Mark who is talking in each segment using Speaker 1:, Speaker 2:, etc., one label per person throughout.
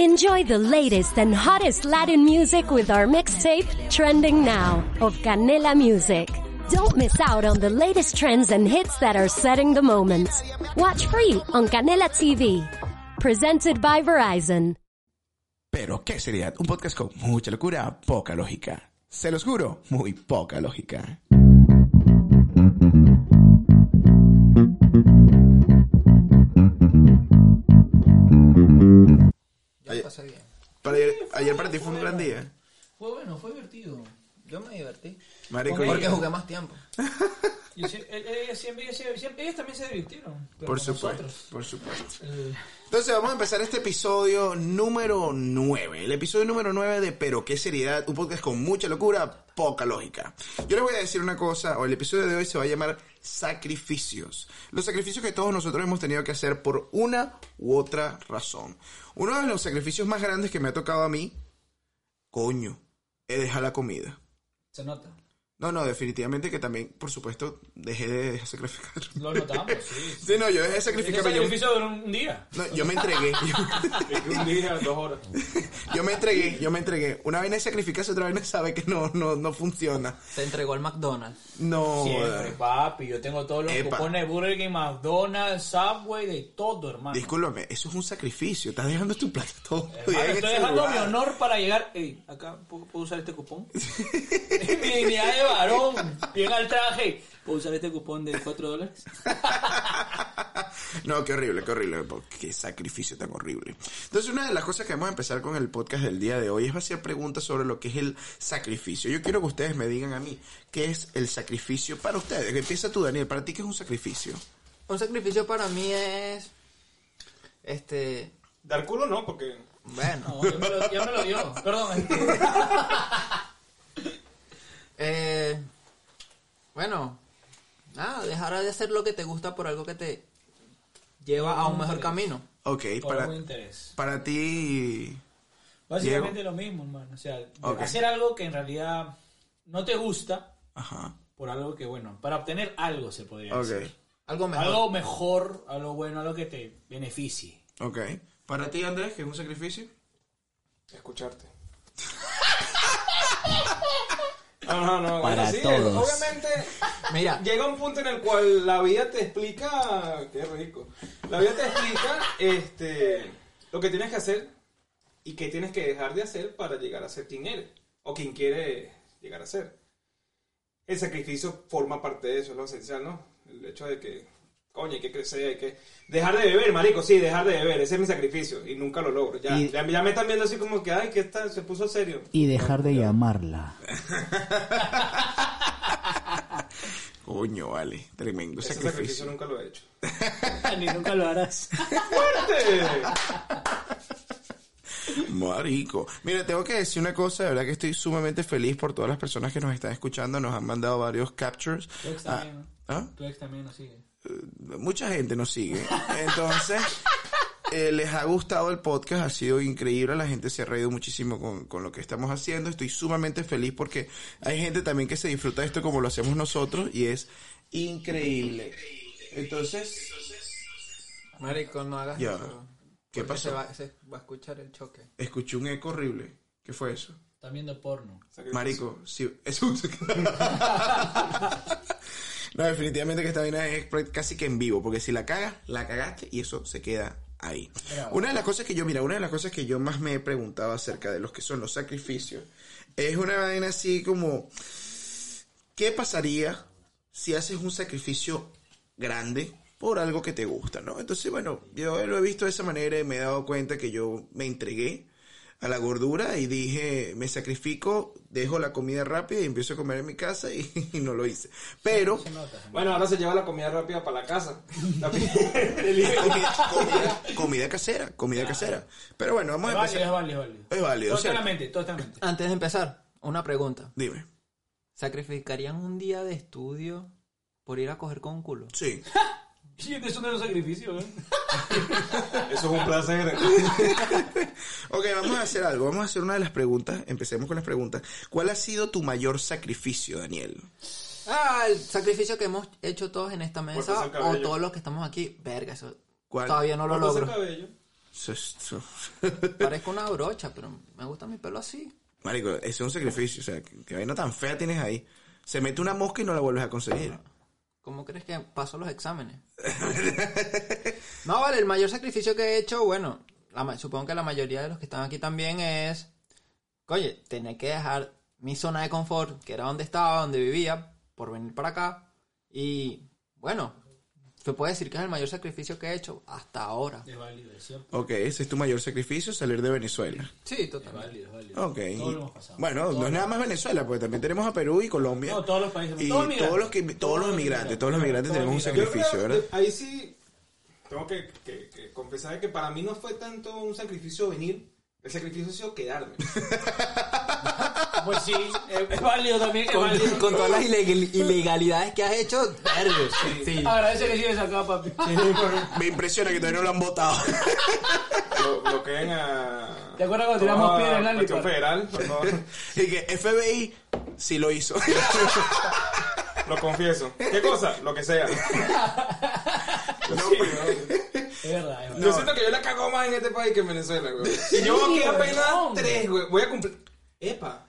Speaker 1: Enjoy the latest and hottest Latin music with our mixtape, Trending Now, of Canela Music. Don't miss out on the latest trends and hits that are setting the moment. Watch free on Canela TV. Presented by Verizon.
Speaker 2: Pero, ¿qué sería un podcast con mucha locura, poca lógica? Se los juro, muy poca lógica.
Speaker 3: Ya lo pasé bien.
Speaker 2: Para ayer, ayer para ti fue un gran día.
Speaker 3: Fue bueno, fue divertido. Yo me divertí.
Speaker 2: Marico,
Speaker 3: Porque
Speaker 2: yo-
Speaker 3: jugué más tiempo.
Speaker 4: Yo sie- él- ellas siempre, ellas siempre- siempre- ellas también se divirtieron. pero eh,
Speaker 2: Por
Speaker 4: con
Speaker 2: supuesto,
Speaker 4: nosotros.
Speaker 2: por supuesto.
Speaker 4: El-
Speaker 2: Entonces vamos a empezar este episodio número 9. El episodio número 9 de Pero qué seriedad, un podcast con mucha locura, poca lógica. Yo les voy a decir una cosa, o el episodio de hoy se va a llamar sacrificios. Los sacrificios que todos nosotros hemos tenido que hacer por una u otra razón. Uno de los sacrificios más grandes que me ha tocado a mí, coño, es dejar la comida.
Speaker 4: Se nota.
Speaker 2: No, no, definitivamente que también, por supuesto, dejé de sacrificar.
Speaker 4: Lo notamos, sí.
Speaker 2: Sí, no, yo dejé de
Speaker 4: Este
Speaker 2: sacrificarme. Yo,
Speaker 4: sacrificio duró un día.
Speaker 2: no, yo me entregué. Yo-
Speaker 4: Un día, dos horas.
Speaker 2: Yo me entregué, yo me entregué. Una vaina es sacrificarse, otra vaina es saber que no, no, no funciona.
Speaker 3: Se entregó al McDonald's.
Speaker 2: No.
Speaker 4: Siempre, papi. Yo tengo todos los
Speaker 2: Epa.
Speaker 4: cupones de Burger King, McDonald's, Subway, de todo, hermano.
Speaker 2: Discúlpame, eso es un sacrificio. Estás dejando tu plata todo. el día
Speaker 4: Hermano,
Speaker 2: en
Speaker 4: Eh, estoy
Speaker 2: ese
Speaker 4: dejando
Speaker 2: lugar.
Speaker 4: mi honor para llegar. Ey, acá, ¿puedo, puedo usar este cupón? mi dignidad de varón. Llega el traje. ¿Puedo usar este cupón de 4 dólares?
Speaker 2: No, qué horrible, qué horrible. po- Qué sacrificio tan horrible. Entonces, una de las cosas que vamos a empezar con el podcast del día de hoy es hacer preguntas sobre lo que es el sacrificio. Yo quiero que ustedes me digan a mí qué es el sacrificio para ustedes. Empieza tú, Daniel. ¿Para ti qué es un sacrificio?
Speaker 3: Un sacrificio para mí es. Este.
Speaker 5: Dar culo no, porque
Speaker 3: Bueno.
Speaker 4: No, ya me lo, ya me lo dio. Perdón. este,
Speaker 3: eh, bueno. Nada, dejar de hacer lo que te gusta por algo que te lleva a un mejor camino.
Speaker 2: Ok,
Speaker 4: Por
Speaker 2: para,
Speaker 4: algún interés.
Speaker 2: para ti...
Speaker 4: Básicamente lo mismo, hermano. O sea,
Speaker 2: Ok.
Speaker 4: hacer algo que en realidad no te gusta
Speaker 2: Ajá.
Speaker 4: por algo que, bueno, para obtener algo se podría
Speaker 2: Ok,
Speaker 4: decir.
Speaker 3: Algo mejor.
Speaker 4: Algo mejor, algo bueno, algo que te beneficie.
Speaker 2: ok. ¿Para ti, Andrés, qué es un sacrificio?
Speaker 5: escucharte. No, no, no.
Speaker 6: Para
Speaker 5: bueno, sí,
Speaker 6: todos.
Speaker 5: Obviamente
Speaker 3: Mira,
Speaker 5: llega un punto en el cual la vida te explica, qué rico. La vida te explica este lo que tienes que hacer y qué tienes que dejar de hacer para llegar a ser quien eres o quien quiere llegar a ser. El sacrificio forma parte de eso, es lo esencial, ¿no? El hecho de que coño, hay que crecer, hay que dejar de beber, marico, sí, dejar de beber, ese es mi sacrificio y nunca lo logro. Ya,
Speaker 6: Y-
Speaker 5: ya, ya me están viendo así como que ay, que esta se puso serio.
Speaker 6: Y dejar de llamarla.
Speaker 2: Coño, vale, tremendo
Speaker 5: Ese
Speaker 2: sacrificio.
Speaker 5: sacrificio nunca lo he hecho.
Speaker 4: Ni nunca lo harás.
Speaker 2: Marico. Mira, tengo que decir una cosa, de verdad que estoy sumamente feliz por todas las personas que nos están escuchando, nos han mandado varios captures.
Speaker 4: Tu ex
Speaker 2: Ah,
Speaker 4: también,
Speaker 2: ¿ah?
Speaker 4: Tu ex también nos sigue.
Speaker 2: Mucha gente nos sigue. Entonces, eh, les ha gustado el podcast, ha sido increíble, la gente se ha reído muchísimo con, con lo que estamos haciendo, estoy sumamente feliz porque hay gente también que se disfruta de esto como lo hacemos nosotros y es increíble. Entonces,
Speaker 3: Marico, no hagas
Speaker 2: Ya.
Speaker 3: eso.
Speaker 2: ¿Qué
Speaker 3: Porque
Speaker 2: pasó?
Speaker 3: Se va, se va a escuchar el choque.
Speaker 2: escuché un eco horrible. ¿Qué fue eso?
Speaker 4: Están viendo porno.
Speaker 2: Marico, sí, es un- No, definitivamente que esta vaina es pra- casi que en vivo, porque si la cagas, la cagaste y eso se queda ahí. Una de las cosas que yo, mira, una de las cosas que yo más me he preguntado acerca de los que son los sacrificios, es una vaina así como, ¿qué pasaría si haces un sacrificio grande por algo que te gusta, no? Entonces, bueno, yo lo he visto de esa manera y me he dado cuenta que yo me entregué a la gordura y dije, me sacrifico, dejo la comida rápida y empiezo a comer en mi casa y, y no lo hice. Pero,
Speaker 5: Bueno, ahora se lleva la comida rápida para la casa.
Speaker 2: comida, comida- comida casera, comida casera. Pero bueno, vamos
Speaker 4: Es
Speaker 2: a
Speaker 4: válido, es
Speaker 2: empezar.
Speaker 4: válido, es válido.
Speaker 2: Es válido,
Speaker 4: Todo está en
Speaker 2: ¿cierto?
Speaker 4: la mente, todo está en la mente.
Speaker 3: Antes de empezar, una pregunta.
Speaker 2: Dime.
Speaker 3: ¿Sacrificarían un día de estudio por ir a coger con un culo?
Speaker 2: Sí.
Speaker 4: Sí, eso no es un sacrificio, ¿eh?
Speaker 5: Eso es un placer.
Speaker 2: Ok, vamos a hacer algo. Vamos a hacer una de las preguntas. Empecemos con las preguntas. ¿Cuál ha sido tu mayor sacrificio, Daniel?
Speaker 3: Ah, el sacrificio que hemos hecho todos en esta mesa
Speaker 5: Cortarse el
Speaker 3: o
Speaker 5: cabello.
Speaker 3: todos los que estamos aquí. Verga, eso
Speaker 2: ¿Cuál?
Speaker 3: todavía no lo
Speaker 5: Cortarse el
Speaker 3: logro.
Speaker 5: cabello.
Speaker 2: Eso es- eso-
Speaker 3: Parezco una brocha, pero me gusta mi pelo así.
Speaker 2: Marico, ese es un sacrificio. O sea, qué qué vaina tan fea tienes ahí. Se mete una mosca y no la vuelves a conseguir.
Speaker 3: ¿Cómo crees que paso los exámenes? no, vale, el mayor sacrificio que he hecho, bueno, la ma- supongo que la mayoría de los que están aquí también es, oye, tener que dejar mi zona de confort, que era donde estaba, donde vivía, por venir para acá. Y bueno, se puede decir que es el mayor sacrificio que he hecho hasta ahora.
Speaker 4: Es válido, es cierto.
Speaker 2: Ok, ese es tu mayor sacrificio, salir de Venezuela.
Speaker 3: Sí, totalmente.
Speaker 4: Válido, es válido.
Speaker 2: Ok.
Speaker 4: Todos lo hemos pasado.
Speaker 2: Bueno, no es nada más Venezuela, porque también tenemos a Perú y Colombia.
Speaker 4: No, todos los países.
Speaker 2: Y
Speaker 4: Todos
Speaker 2: todos,
Speaker 4: los migrantes.
Speaker 2: los, que, todos los migrantes, todos los migrantes
Speaker 4: Todos
Speaker 2: tenemos
Speaker 4: los
Speaker 2: un
Speaker 5: Yo creo
Speaker 2: sacrificio,
Speaker 5: que
Speaker 2: ¿verdad?
Speaker 5: ahí sí tengo que, que- que confesar que para mí no fue tanto un sacrificio venir, el sacrificio ha sido quedarme.
Speaker 4: Pues sí, es, es válido también, es
Speaker 3: Con,
Speaker 4: válido.
Speaker 3: con todas las ilegal- ilegalidades que has hecho, verdes. Sí.
Speaker 4: Agradece que sigues acá, papi.
Speaker 2: Me impresiona que todavía no lo han votado.
Speaker 5: lo, lo queden a...
Speaker 4: ¿Te acuerdas cuando tiramos
Speaker 5: a
Speaker 4: piedra en Lali,
Speaker 5: Cuestión
Speaker 4: pa?
Speaker 5: federal, por favor.
Speaker 2: y que FBI sí lo hizo.
Speaker 5: Lo confieso. ¿Qué cosa? Lo que sea.
Speaker 2: No,
Speaker 5: Sí, güey.
Speaker 4: Es verdad, es verdad.
Speaker 5: Yo siento que yo la cago más en este país que en Venezuela, güey. Y yo aquí apenas
Speaker 4: weón.
Speaker 5: tres, güey. Voy a cumplir... Epa,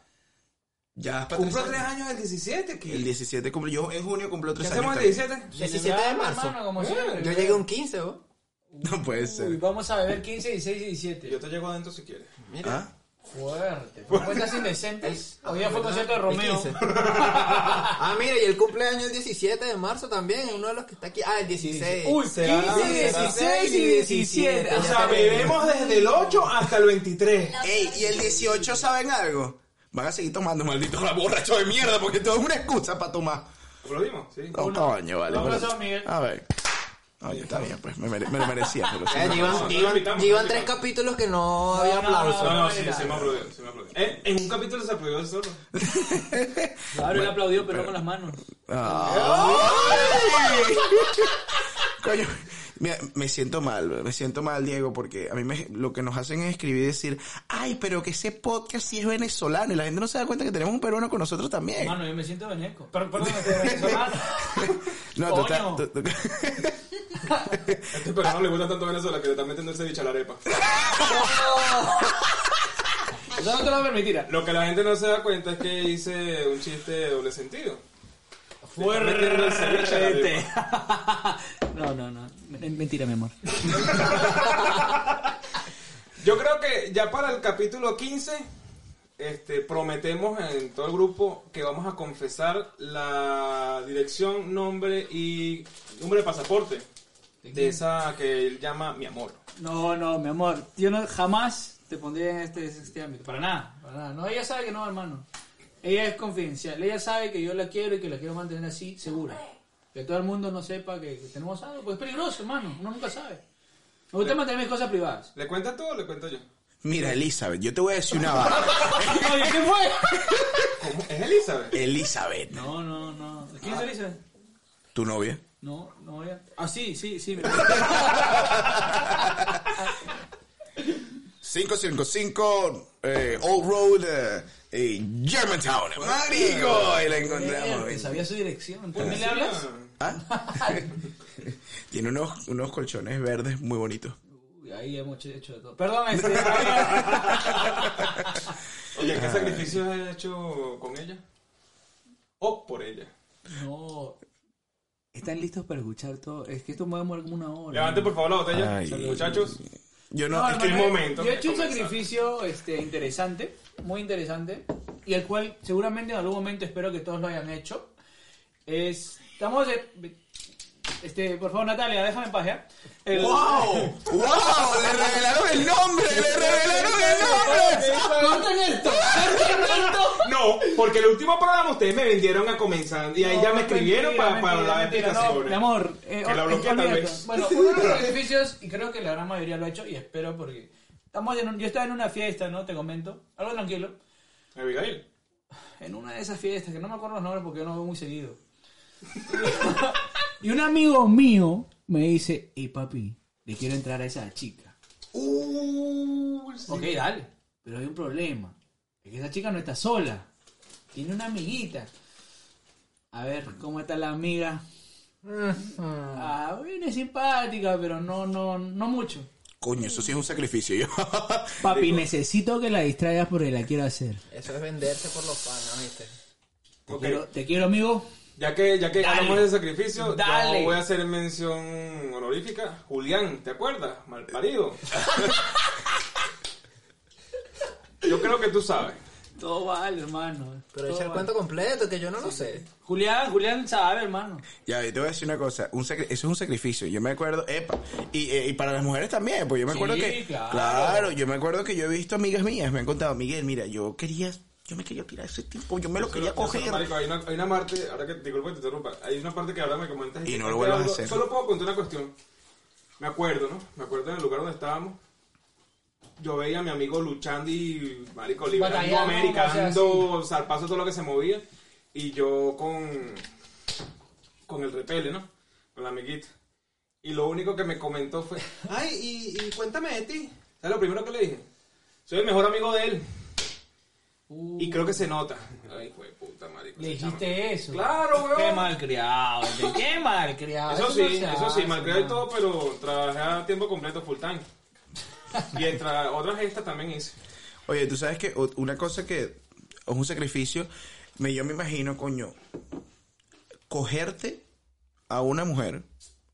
Speaker 2: ya,
Speaker 5: cumplo tres años el 17 aquí.
Speaker 2: El 17 cumple, yo en junio cumplo
Speaker 5: ¿Qué
Speaker 2: tres años.
Speaker 5: hacemos el
Speaker 2: también.
Speaker 5: 17?
Speaker 3: 17 de marzo. Eh,
Speaker 4: Hermano, como siempre.
Speaker 3: Yo llegué a un 15, ¿vos?
Speaker 2: No puede
Speaker 4: Uy,
Speaker 2: ser.
Speaker 4: vamos a beber 15, 16 y 17.
Speaker 5: Yo te llego adentro si quieres.
Speaker 3: Mira.
Speaker 2: ¿Ah?
Speaker 4: Fuerte. Propuestas indecentes. Hoy día fue concierto de
Speaker 3: Ah, El
Speaker 4: Romeo.
Speaker 3: 15. ah, mira, y el cumpleaños el 17 de marzo también, uno de los que está aquí. Ah, el 16.
Speaker 4: Uy, 15, 16 y 17.
Speaker 5: O sea, bebemos desde el 8 hasta el 23.
Speaker 2: Ey, ¿y el 18 saben algo? Van a seguir tomando, malditos borrachos de mierda, porque todo es una excusa para tomar.
Speaker 5: ¿Aplaudimos? Sí.
Speaker 2: No, coño, vale.
Speaker 4: Un abrazo,
Speaker 2: bueno.
Speaker 4: Miguel.
Speaker 2: A ver. Oye, está bien, pues, me, mere- me lo merecía, pero sí.
Speaker 3: Eh, llevan,
Speaker 5: no,
Speaker 3: llevan-
Speaker 5: no, no,
Speaker 3: llevan
Speaker 5: no,
Speaker 3: tres
Speaker 5: no.
Speaker 3: capítulos que no había
Speaker 4: no, no,
Speaker 3: aplauso.
Speaker 5: No, no, sí, sí me aplaudió, sí me aplaudió. En, Eh, en un capítulo se aplaudió solo.
Speaker 4: Claro, él aplaudió, pero no con las manos.
Speaker 2: ¡Ay! Coño, mira, me siento mal, me siento mal, Diego, porque a mí me- lo que nos hacen es escribir y decir, ay, pero que ese podcast sí es venezolano y la gente no se da cuenta que tenemos un peruano con nosotros también.
Speaker 4: Mano, yo me siento veneco. Pero, perdón, venezolano.
Speaker 2: No, tú
Speaker 4: Coño.
Speaker 2: estás- tú- tú-
Speaker 5: A este peruano le gusta tanto Venezuela que le están metiendo el ceviche a la arepa.
Speaker 4: Eso no te lo voy a permitir.
Speaker 5: Lo que la gente no se da cuenta es que hice un chiste de doble sentido.
Speaker 4: Fuerte. No, no, no. Mentira, mi amor.
Speaker 5: Yo creo que ya para el capítulo 15 este, prometemos en todo el grupo que vamos a confesar la dirección, nombre y nombre de pasaporte de esa que él llama mi amor.
Speaker 4: No, no, mi amor. Yo no, jamás te pondría en este, este ámbito. Para nada, para nada. No, ella sabe que no, hermano. Ella es confidencial. Ella sabe que yo la quiero y que la quiero mantener así, segura. Que todo el mundo no sepa que, que tenemos algo. Pues es peligroso, hermano. Uno nunca sabe. Me gusta mantener mis cosas privadas.
Speaker 5: ¿Le cuentas tú o le cuento yo?
Speaker 2: Mira, Elizabeth, yo te voy a decir una vaina.
Speaker 4: Ah, Oye, ¿qué fue?
Speaker 5: ¿Cómo? ¿Es Elizabeth?
Speaker 2: Elizabeth,
Speaker 4: No, no, no. ¿Quién se dice?
Speaker 2: tu novia.
Speaker 4: No, no, ella. Ah, sí, sí, sí. mi-
Speaker 2: 555 eh, Old Road eh, eh, Germantown. ¡Marico! Y la encontramos.
Speaker 4: Mierda, Sabía su dirección.
Speaker 5: ¿Sí,
Speaker 4: ¿También Pues, le hablas?
Speaker 5: no?
Speaker 2: ¿Ah? Tiene unos, unos colchones verdes muy bonitos.
Speaker 4: Uy, ahí hemos hecho de todo. Perdón, este.
Speaker 5: Oye, ¿qué sacrificios has hecho con ella? O por ella.
Speaker 4: No. ¿Están listos para escuchar todo? Es que esto me va a demorar como una hora.
Speaker 5: Levante por favor la botella,
Speaker 2: Ay.
Speaker 5: muchachos.
Speaker 2: Yo no,
Speaker 4: No,
Speaker 2: es
Speaker 4: hermano,
Speaker 2: que
Speaker 5: el momento
Speaker 4: Yo he hecho un
Speaker 5: comenzar.
Speaker 4: sacrificio este, interesante, muy interesante, y el cual seguramente en algún momento espero que todos lo hayan hecho. Es- estamos. de- este, por favor, Natalia, déjame en paz, ¿ya? El-
Speaker 2: ¡Wow! ¡Wow! ¡Le revelaron el nombre! ¡Le revelaron el nombre!
Speaker 4: ¡Corten esto! ¡Corten esto!
Speaker 5: No, porque el último programa ustedes me vendieron a comenzar y ahí ya me escribieron
Speaker 4: Mentira,
Speaker 5: para, para
Speaker 4: mentira,
Speaker 5: dar
Speaker 4: mentira, no,
Speaker 5: explicaciones.
Speaker 4: mi amor. eh,
Speaker 5: Que la
Speaker 4: oh,
Speaker 5: bloqueé, tal
Speaker 4: olvídate.
Speaker 5: vez.
Speaker 4: Bueno, uno de los sacrificios, y creo que la gran mayoría lo ha hecho, y espero porque. Estamos en un- yo estaba en una fiesta, ¿no? Te comento. Algo tranquilo.
Speaker 5: Abigail.
Speaker 4: en una de esas fiestas, que no me acuerdo los nombres porque yo no veo muy seguido. y un amigo mío me dice, hey papi, le quiero entrar a esa chica. Ok, dale. Pero hay un problema. Es que esa chica no está sola. Tiene una amiguita. A ver, ¿cómo está la amiga? Ah, bueno, es simpática, pero no, no, no mucho.
Speaker 2: Coño, eso sí es un sacrificio. Yo,
Speaker 6: Papi, necesito que la distraigas porque la quiero hacer.
Speaker 3: Eso es venderse por los fans, ¿viste?
Speaker 6: Te,
Speaker 5: Ok.
Speaker 6: quiero, te quiero, amigo.
Speaker 5: Ya que, ya que
Speaker 6: Dale.
Speaker 5: hablamos de sacrificio,
Speaker 6: Dale.
Speaker 5: yo voy a hacer mención honorífica. Julián, ¿te acuerdas? Malparido. yo creo que tú sabes.
Speaker 4: Todo vale, hermano. Todo
Speaker 3: Pero echa el
Speaker 4: vale.
Speaker 3: cuento completo, que yo no lo sé.
Speaker 4: Julián, Julián sabe, hermano.
Speaker 2: ya, yo te voy a decir una cosa. Un sacri- eso es un sacrificio. Yo me acuerdo, epa. Y, eh, y para las mujeres también, pues yo me acuerdo
Speaker 4: Sí,
Speaker 2: que.
Speaker 4: claro.
Speaker 2: yo me acuerdo que yo he visto amigas mías, me han contado, Miguel, mira, yo quería. Yo me quería tirar ese tipo, yo me lo quería
Speaker 5: Yo solo-
Speaker 2: coger.
Speaker 5: Marico, hay una, hay una parte, ahora que disculpa que te interrumpa, hay una parte que ahora me comentas
Speaker 2: Y
Speaker 5: que
Speaker 2: no lo
Speaker 5: conté
Speaker 2: vuelvas a
Speaker 5: algo.
Speaker 2: hacer.
Speaker 5: Solo puedo contar una cuestión. Me acuerdo, ¿no? Me acuerdo en el lugar donde estábamos. Yo veía a mi amigo luchando y marico liberando
Speaker 4: Batallando,
Speaker 5: América,
Speaker 4: o sea,
Speaker 5: dando zarpazo a todo lo que se movía. Y yo con con el repele, ¿no? Con la amiguita. Y lo único que me comentó fue, ay, y, y cuéntame de ti. ¿Sabes lo primero que le dije? Soy el mejor amigo de él. Y creo que se nota. Ay, hijo de puta, marico.
Speaker 4: Uh. Le
Speaker 5: ese chamo.
Speaker 4: dijiste eso.
Speaker 5: Claro, weón.
Speaker 4: Qué malcriado, oye, qué
Speaker 2: Ah,
Speaker 4: malcriado.
Speaker 5: Eso sí,
Speaker 4: no se
Speaker 5: eso sí,
Speaker 4: hace,
Speaker 5: malcriado y
Speaker 4: hermano.
Speaker 5: todo, pero trabajé a tiempo completo full time. Y entre otras estas también hice.
Speaker 2: Oye, tú sabes que o- una cosa que es un sacrificio, me, yo me imagino, coño, cogerte a una mujer,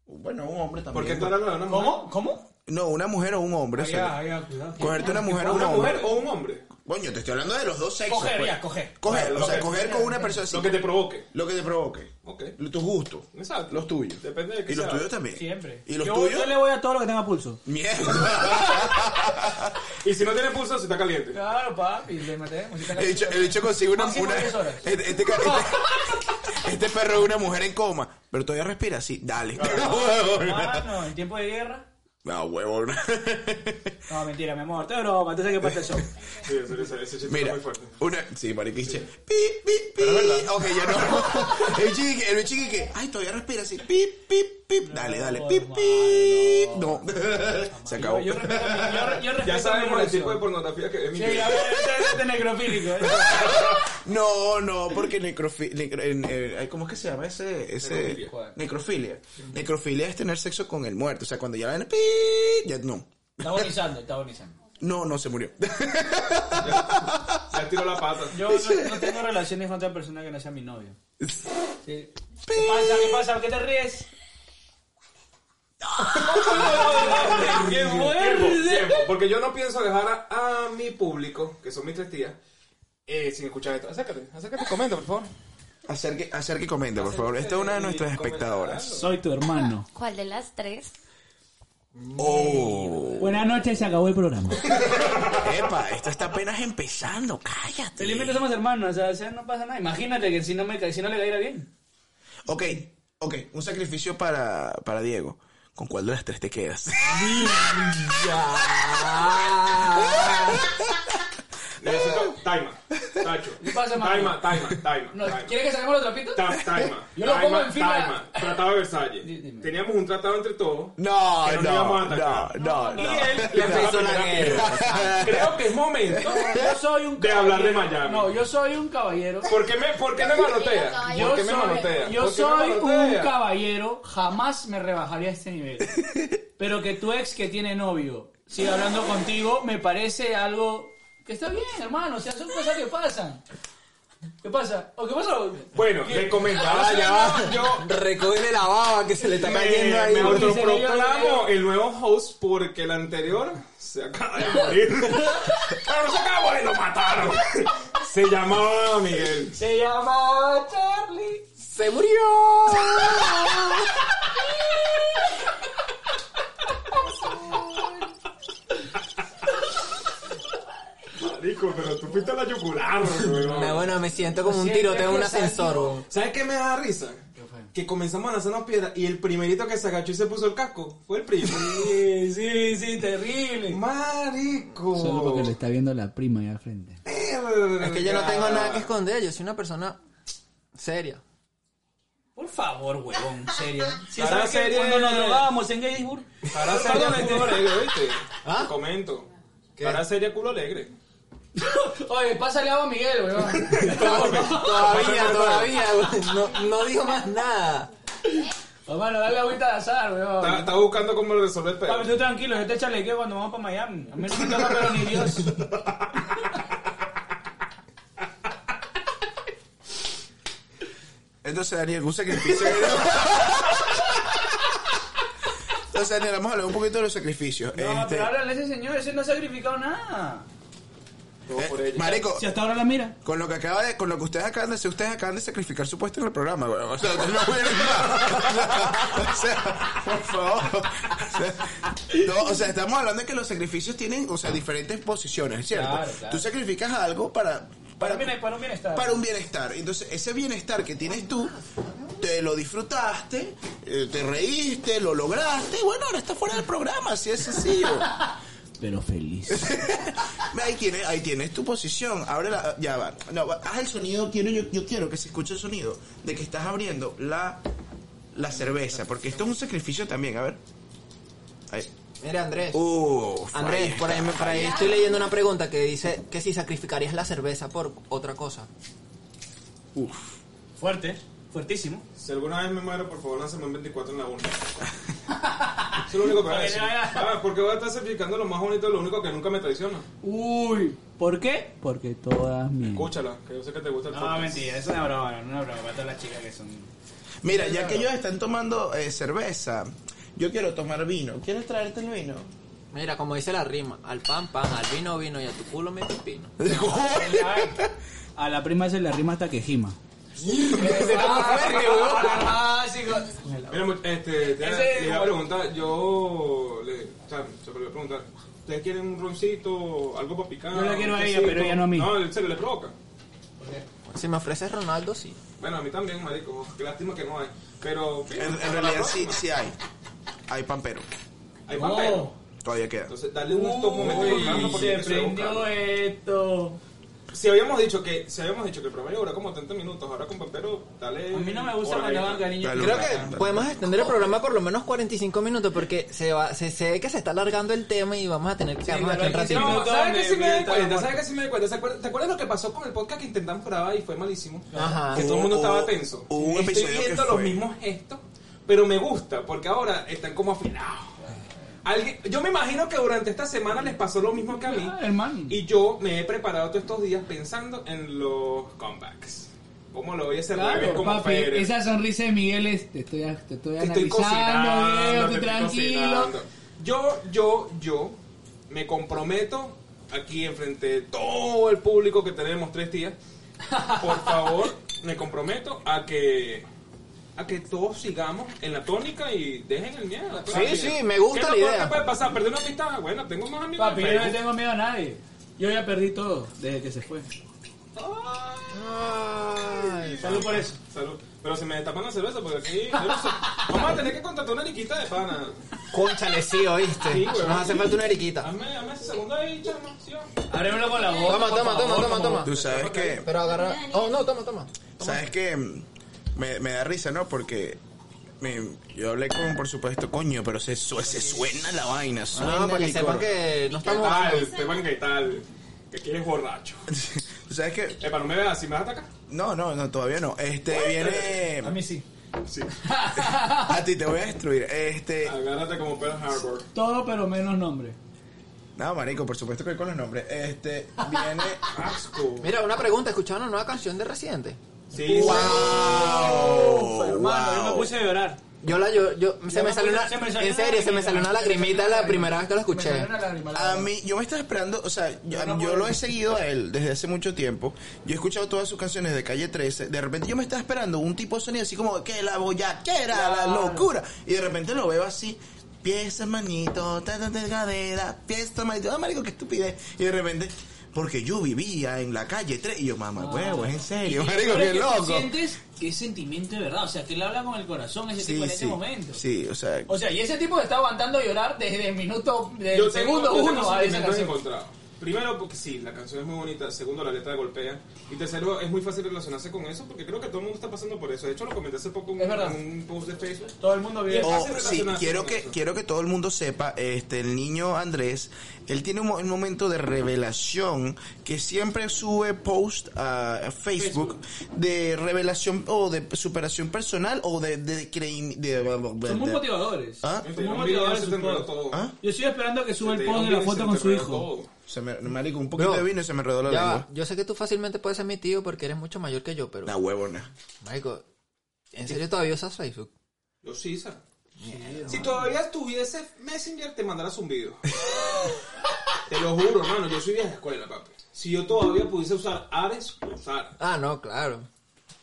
Speaker 2: bueno, a un hombre también.
Speaker 5: Porque tú eras la de una mujer.
Speaker 4: ¿Cómo? ¿Cómo?
Speaker 2: No, una mujer o un hombre. o sea,
Speaker 4: Ya, ya, cuidado.
Speaker 2: cogerte una mujer o un
Speaker 5: ¿Una mujer
Speaker 2: hombre.
Speaker 5: o un hombre?
Speaker 2: Coño, te estoy hablando de los dos sexos.
Speaker 4: Coger,
Speaker 2: pues.
Speaker 4: ya, coger.
Speaker 2: Coger,
Speaker 5: Lo
Speaker 2: o sea,
Speaker 5: que-
Speaker 2: coger con una persona así.
Speaker 5: Lo que te provoque.
Speaker 2: Lo que te provoque.
Speaker 5: Ok.
Speaker 2: Tus gustos.
Speaker 5: Exacto.
Speaker 2: Los tuyos.
Speaker 5: Depende de qué
Speaker 2: Y los
Speaker 5: sea.
Speaker 2: tuyos también.
Speaker 4: Siempre.
Speaker 2: ¿Y los
Speaker 4: yo,
Speaker 2: tuyos?
Speaker 4: yo le voy a todo lo que tenga pulso.
Speaker 2: Mierda.
Speaker 5: Y si no tiene pulso, si está caliente.
Speaker 4: Claro, papi, le maté.
Speaker 2: El hecho, el hecho consigue una,
Speaker 4: Máximo
Speaker 2: una-
Speaker 4: diez horas.
Speaker 2: este, este ca- este- este perro es una mujer en coma, pero todavía respira, sí, dale. Ah,
Speaker 4: Hermano, en tiempo de guerra.
Speaker 2: huevo.
Speaker 4: No, mentira, mi amor, te broma, tú sabes que parte el show.
Speaker 5: Sí, ese, ese, ese chiste
Speaker 2: Mira,
Speaker 5: está muy fuerte.
Speaker 2: una, sí, mariquiche. Pi, pi, pi. Ok, ya no. El chiqui, el chiqui que, ay, todavía respira así. Pi, pi, pi. Dale, dale. Pi, pi. No. Se acabó.
Speaker 4: Yo, yo respeto, mi- yo, yo respeto
Speaker 5: Ya sabemos
Speaker 4: mi
Speaker 5: el tipo de
Speaker 4: relación.
Speaker 5: pornografía que es mi
Speaker 4: Sí, a ver, este- este necrofílico. ¿eh?
Speaker 2: No, no, porque necrofi necro- en- eh, ay, ¿Cómo es que se llama ese? ese necrofilia.
Speaker 5: Necrofilia.
Speaker 2: Necrofilia. es tener sexo con el muerto. O sea, cuando ya la ven, pi, ya no.
Speaker 4: Está agonizando, está agonizando.
Speaker 2: No, no se murió.
Speaker 5: Ya tiró la pata.
Speaker 4: Yo no, no tengo relaciones con otra persona que no sea mi novio. Sí. ¿Qué pasa? ¿Qué pasa? ¿Por qué te ríes?
Speaker 5: Tiempo,
Speaker 4: fuerte!
Speaker 5: tiempo, tiempo, Porque yo no pienso dejar a, a mi público, que son mis tres tías, eh, sin escuchar esto. Acércate, acércate, comenta, por favor.
Speaker 2: Acerque, acerque y comenta, por favor. Esta es una de nuestras
Speaker 5: Ah,
Speaker 2: espectadoras.
Speaker 6: Soy tu hermano.
Speaker 7: ¿Cuál de las tres?
Speaker 2: Oh.
Speaker 6: Buenas noches, se acabó el programa.
Speaker 2: Epa, esta está apenas empezando.
Speaker 4: Felizmente
Speaker 2: Cállate.
Speaker 4: somos hermanos, o sea, o sea, no pasa nada. Imagínate que si no, me, ca- si no le cayera bien.
Speaker 2: Ok, ok. Un sacrificio para, para Diego. ¿Con cuál de las tres te quedas?
Speaker 5: Necesito taima, tacho.
Speaker 4: ¿Qué pasa, mano?
Speaker 5: Taima, taima, taima.
Speaker 4: No,
Speaker 5: taima.
Speaker 4: ¿Quieres que saquemos los trapitos?
Speaker 5: Ta- Taima.
Speaker 4: Yo lo pongo
Speaker 5: Taima,
Speaker 4: en fila.
Speaker 5: Taima. Tratado de Versalles.
Speaker 4: Di- dime.
Speaker 5: Teníamos un tratado entre todos.
Speaker 2: No,
Speaker 5: Que no nos
Speaker 2: no,
Speaker 5: íbamos a
Speaker 2: no,
Speaker 5: atacar.
Speaker 2: no,
Speaker 5: Y
Speaker 2: no.
Speaker 5: él le
Speaker 2: No.
Speaker 5: empezó la guerra. Creo que es momento.
Speaker 4: Yo soy un
Speaker 5: De
Speaker 4: caballero.
Speaker 5: hablar de Miami.
Speaker 4: No, yo soy un caballero.
Speaker 5: ¿Por qué me, por qué me manotea?
Speaker 7: Yo
Speaker 5: ¿Por
Speaker 4: Yo
Speaker 5: qué me
Speaker 4: soy,
Speaker 5: manotea?
Speaker 4: yo
Speaker 5: ¿Por qué me
Speaker 4: soy un
Speaker 5: manotea?
Speaker 4: caballero, jamás me rebajaría a este nivel. Pero que tu ex que tiene novio siga hablando contigo me parece algo que está bien, hermano. O sea, son cosas que pasan. ¿Qué pasa? ¿O qué pasa?
Speaker 5: Bueno, le comentaba Ah, ya va, yo
Speaker 3: Recoge Ah, la baba que se le está
Speaker 5: me,
Speaker 3: cayendo
Speaker 5: me
Speaker 3: ahí.
Speaker 4: otro-
Speaker 5: autoproclamo el nuevo host porque el anterior se acaba de morir. Pero no se acabó de morir, lo mataron. Se llamaba Miguel.
Speaker 4: Se llama Charlie.
Speaker 3: ¡Se murió!
Speaker 5: Marico, pero tú fuiste la yugular, weón.
Speaker 3: No, Ah, bueno, me siento como un
Speaker 4: Siempre
Speaker 3: tiroteo en
Speaker 4: que
Speaker 3: un
Speaker 4: salgo-
Speaker 3: ascensor. weón.
Speaker 5: ¿Sabes qué me da risa? Que comenzamos a lanzarnos piedras y el primerito que se agachó y se puso el casco fue el primo.
Speaker 4: Sí, sí, sí, terrible.
Speaker 5: Marico.
Speaker 6: Solo porque le está viendo la prima ahí al frente.
Speaker 5: Verga.
Speaker 3: Es que yo no tengo nada que esconder, yo soy una persona seria.
Speaker 4: Por favor, huevón, en serio. Si
Speaker 5: Ahora
Speaker 4: sabes que
Speaker 5: serie-
Speaker 4: cuando nos drogábamos en Gettysburg.
Speaker 5: Ahora sería
Speaker 4: Perdón,
Speaker 5: culo
Speaker 4: este-
Speaker 5: alegre, ¿viste?
Speaker 3: ¿Ah?
Speaker 5: Te comento. Ahora sería culo alegre.
Speaker 4: Oye, pásale agua a Miguel, huevón.
Speaker 3: Todavía, todavía, weón. no, no digo más nada.
Speaker 4: Hermano, Pues dale agüita de azar, weón.
Speaker 5: Está, está buscando cómo resolver el pedo.
Speaker 4: Papi, tú tranquilo, yo te chalequeo cuando vamos para Miami. A mí no me toca, pero ni Dios.
Speaker 2: Entonces, Daniel, un sacrificio. Entonces, Daniel, vamos a hablar un poquito de los sacrificios.
Speaker 4: No,
Speaker 2: Este,
Speaker 4: pero háblale a ese señor, ese no ha sacrificado nada.
Speaker 5: Todo por
Speaker 2: eh,
Speaker 5: ella.
Speaker 2: Marico,
Speaker 6: Si hasta ahora la mira.
Speaker 2: con lo que acaba de, con lo que ustedes acaban de hacer, ustedes acaban de sacrificar su puesto en el programa, weón. O sea, ustedes no pueden más. O sea, por favor. O sea, no, o sea, estamos hablando de que los sacrificios tienen, o sea, diferentes posiciones, ¿cierto?
Speaker 4: Claro, claro.
Speaker 2: Tú sacrificas algo para.
Speaker 4: Para, un bien- para un bienestar.
Speaker 2: para un bienestar. Entonces, ese bienestar que tienes tú, te lo disfrutaste, eh, te reíste, lo lograste, y bueno, ahora está fuera del programa, así es sencillo.
Speaker 6: Pero feliz.
Speaker 2: ahí, tienes, ahí tienes tu posición, abre la, ya va. No, va, haz el sonido, quiero, yo, yo quiero que se escuche el sonido de que estás abriendo la, la cerveza, porque esto es un sacrificio también, a ver. Ahí.
Speaker 3: Mira, Andrés.
Speaker 2: Uf, ahí
Speaker 3: Andrés,
Speaker 2: está.
Speaker 3: por ahí, me- por ahí estoy leyendo una pregunta que dice que si sacrificarías la cerveza por otra cosa.
Speaker 2: Uf.
Speaker 4: Fuerte, fuertísimo.
Speaker 5: Si alguna vez me muero, por favor, lánzame un 24 en la 1. es lo único que voy a decir. Ah, porque voy a estar sacrificando lo más bonito, lo único que nunca me traiciona.
Speaker 4: Mm. Uy.
Speaker 6: ¿Por qué? Porque todas mis.
Speaker 5: Escúchala, que yo sé que te gusta el
Speaker 4: No,
Speaker 5: podcast.
Speaker 4: mentira, eso es una broma, no es una broma para todas las chicas que son.
Speaker 2: Mira, ya que ellos están tomando eh, cerveza, yo quiero tomar vino. ¿Quieres traerte el vino?
Speaker 3: Mira, como dice la rima, al pan pan, al vino vino y a tu culo me pepino.
Speaker 4: Ay,
Speaker 6: A la prima se le rima hasta que gima.
Speaker 4: ah, chicos.
Speaker 5: Mira, mu- este, te
Speaker 4: Ese-
Speaker 5: te iba a preguntar, yo le, o sea, se me iba a preguntar, ¿ustedes quieren un roncito, algo para picar?
Speaker 4: Yo la quiero
Speaker 5: un
Speaker 4: a ella,
Speaker 5: quesito?
Speaker 6: pero ella no a mí.
Speaker 5: No, en serio, le provoca.
Speaker 3: Si me ofreces Ronaldo, sí.
Speaker 5: Bueno, a mí también, marico, qué lástima que no hay, pero...
Speaker 2: En, en realidad sí, sí hay. Hay pampero.
Speaker 5: Hay
Speaker 4: No.
Speaker 5: papel.
Speaker 2: Todavía queda.
Speaker 5: Entonces, dale un stop momento al programa porque
Speaker 4: Oh. se
Speaker 5: hay que seguir buscando.
Speaker 4: Oh, prendió esto.
Speaker 5: Si habíamos dicho que, si habíamos dicho que el programa dura como 30 minutos, ahora con Pampero, dale.
Speaker 4: A mí no me gusta
Speaker 5: hora
Speaker 4: cuando
Speaker 5: extra.
Speaker 4: van cariño.
Speaker 2: Dale,
Speaker 3: Creo
Speaker 2: dale, dale,
Speaker 3: que
Speaker 2: dale.
Speaker 3: podemos extender el programa por lo menos 45 minutos porque se va, se, se ve que se está alargando el tema y vamos a tener que quedarnos aquí un ratito.
Speaker 5: No, ¿sabes que sí me doy
Speaker 4: Mientras
Speaker 5: cuenta?
Speaker 4: muerto.
Speaker 5: ¿Sabes que sí me doy cuenta? ¿Se acuerdan- ¿Te acuerdas lo que pasó con el podcast que intentamos grabar y fue malísimo?
Speaker 3: Ajá.
Speaker 5: Que todo el mundo
Speaker 2: Hubo-
Speaker 5: estaba tenso.
Speaker 2: hubo un
Speaker 5: Estoy
Speaker 2: episodio que
Speaker 5: viendo los
Speaker 2: fue-
Speaker 5: mismos gestos, pero me gusta porque ahora están como afinados. Alguien, yo me imagino que durante esta semana les pasó lo mismo que a mí.
Speaker 6: Ah, hermano.
Speaker 5: Y yo me he preparado todos estos días pensando en los comebacks. ¿Cómo lo voy a hacer al revés como
Speaker 6: Papi,
Speaker 5: Federer?
Speaker 6: esa sonrisa de Miguel es. Te estoy, te estoy
Speaker 5: Te estoy
Speaker 6: analizando, Diego,
Speaker 5: cocinando, te
Speaker 6: tú
Speaker 5: estoy
Speaker 6: tranquilo.
Speaker 5: cocinando. Yo, yo, yo me comprometo aquí enfrente de todo el público que tenemos tres días. Por favor, me comprometo a que a que todos sigamos en la tónica y dejen el miedo. la tónica.
Speaker 3: Sí, sí, me gusta
Speaker 5: ¿Qué
Speaker 3: la
Speaker 5: es lo peor
Speaker 3: idea.
Speaker 5: que puede pasar? Perder una pista. Bueno, tengo más amigos.
Speaker 4: Papi, yo
Speaker 5: en
Speaker 4: no le
Speaker 5: Facebook.
Speaker 4: tengo miedo a nadie. Yo ya perdí todo desde que se fue.
Speaker 5: Ay,
Speaker 4: Salud por eso.
Speaker 5: Salud. Pero se me destapan la cerveza porque aquí. yo no sé. Vamos a tener que contratar una liquita de pana.
Speaker 3: Cónchale, sí, oíste.
Speaker 5: Sí,
Speaker 3: Nos
Speaker 5: weón.
Speaker 3: hace falta una eriquita.
Speaker 5: Hazme, hazme ese segundo ahí, chama. ¿sí?
Speaker 4: Ábremelo con la boca.
Speaker 3: Toma,
Speaker 4: por
Speaker 3: toma,
Speaker 4: favor,
Speaker 3: toma,
Speaker 4: como-
Speaker 3: toma,
Speaker 2: Tú
Speaker 3: toma.
Speaker 2: sabes que,
Speaker 3: Ah, Pero agarra. Oh, no, toma, toma.
Speaker 2: sabes que mm, me, me da risa, ¿no? Porque me- yo hablé con, por supuesto, coño, pero se, su- se suena la vaina, suena
Speaker 3: No,
Speaker 2: el
Speaker 3: para que sepan
Speaker 2: licor.
Speaker 3: que no
Speaker 5: ¿Qué
Speaker 3: estamos.
Speaker 5: tal, Esteban? ¿Qué tal? Que aquí eres borracho.
Speaker 2: Tú sabes que,
Speaker 5: Epa, no me veas así, ¿me vas a atacar?
Speaker 2: no, no, no, todavía no. Este
Speaker 3: Em.
Speaker 4: A mí
Speaker 2: viene,
Speaker 4: sí.
Speaker 5: Sí.
Speaker 2: a ti te voy a destruir. Este,
Speaker 5: Agárrate como Pearl Harbor.
Speaker 6: Todo, pero menos nombre.
Speaker 2: no, marico, por supuesto que con los nombres. Este viene,
Speaker 5: Asco.
Speaker 3: Mira, una pregunta. ¿Escucharon una nueva canción de Residente?
Speaker 5: Sí, Ah,
Speaker 2: Oh, wow,
Speaker 4: Hermano, yo me
Speaker 2: wow.
Speaker 4: puse a llorar.
Speaker 3: Yo la yo, yo se
Speaker 4: Yo
Speaker 3: me
Speaker 4: no
Speaker 3: salió
Speaker 4: puse-
Speaker 3: una
Speaker 4: se me salió
Speaker 3: en
Speaker 4: una
Speaker 3: serio, se me
Speaker 4: lagrimita.
Speaker 3: salió una lagrimita la primera vez que la escuché. Ah,
Speaker 2: A mí, yo me estaba esperando, o sea, yo, yo lo he seguido a él desde hace mucho tiempo. Yo he escuchado todas sus canciones de Calle 13. De repente yo me estaba esperando un tipo de sonido así como que la boyaquera, la locura. Y de repente lo veo así, pieza manito, tata de cadera, pieza manito. Ah, marico, qué estupidez. Y de repente, porque yo vivía en la calle 3. Y yo, mamá, huevo, es en serio, marico,
Speaker 4: Pero es
Speaker 2: qué
Speaker 4: que tú
Speaker 2: loco.
Speaker 4: sientes que es sentimiento de verdad. O sea, que él habla con el corazón ese tipo
Speaker 2: Sí,
Speaker 4: en ese
Speaker 2: sí,
Speaker 4: momento.
Speaker 2: sí, o sea,
Speaker 4: O sea, y ese tipo está aguantando llorar desde el minuto, desde
Speaker 5: Yo
Speaker 4: el segundo
Speaker 5: tengo, yo
Speaker 4: uno ah,
Speaker 5: tengo
Speaker 4: a esa
Speaker 5: sentimientos
Speaker 4: canción.
Speaker 5: encontrados. Primero, porque sí, la canción es muy bonita. Segundo, la letra golpea. Y tercero, es muy fácil relacionarse con eso porque creo que todo el mundo está pasando por eso. De hecho, lo comenté hace poco en
Speaker 4: Es verdad.
Speaker 5: en un post de Facebook.
Speaker 4: Todo el mundo
Speaker 5: Y
Speaker 4: vive.
Speaker 5: es
Speaker 2: O,
Speaker 5: fácil
Speaker 2: sí,
Speaker 5: relacionarse
Speaker 2: quiero
Speaker 5: con
Speaker 2: que,
Speaker 5: eso.
Speaker 2: quiero que todo el mundo sepa, este, el niño Andrés, él tiene un, mo- un momento de revelación que siempre sube post a, a Facebook, de revelación o de superación personal o de, de, creim- de-
Speaker 4: Son muy
Speaker 2: de-
Speaker 4: motivadores.
Speaker 2: ¿Ah?
Speaker 4: Son
Speaker 5: Te
Speaker 4: muy
Speaker 5: dieron video,
Speaker 4: motivadores
Speaker 5: se
Speaker 4: sus
Speaker 5: te enredó
Speaker 4: posts.
Speaker 5: todo.
Speaker 2: ¿Ah?
Speaker 4: Yo estoy esperando que suba
Speaker 5: Te
Speaker 4: el
Speaker 5: dieron
Speaker 4: post de la
Speaker 5: video, se
Speaker 4: foto
Speaker 5: te
Speaker 4: con su
Speaker 5: enredó
Speaker 4: hijo.
Speaker 5: todo.
Speaker 2: Se me, marico, un poquito
Speaker 3: Bro.
Speaker 2: de vino y se me enredó la
Speaker 3: Ya va,
Speaker 2: lengua.
Speaker 3: yo sé que tú fácilmente puedes ser mi tío porque eres mucho mayor que yo, pero...
Speaker 2: Una huevona.
Speaker 3: Marico, ¿en serio todavía usas Facebook?
Speaker 5: Yo sí, Isa. Si todavía tuviese Messenger, te mandarás un video. te lo juro, mano. Yo soy vieja escuela, papi. Si yo todavía pudiese usar Ares, lo usara.
Speaker 3: Ah, no, claro.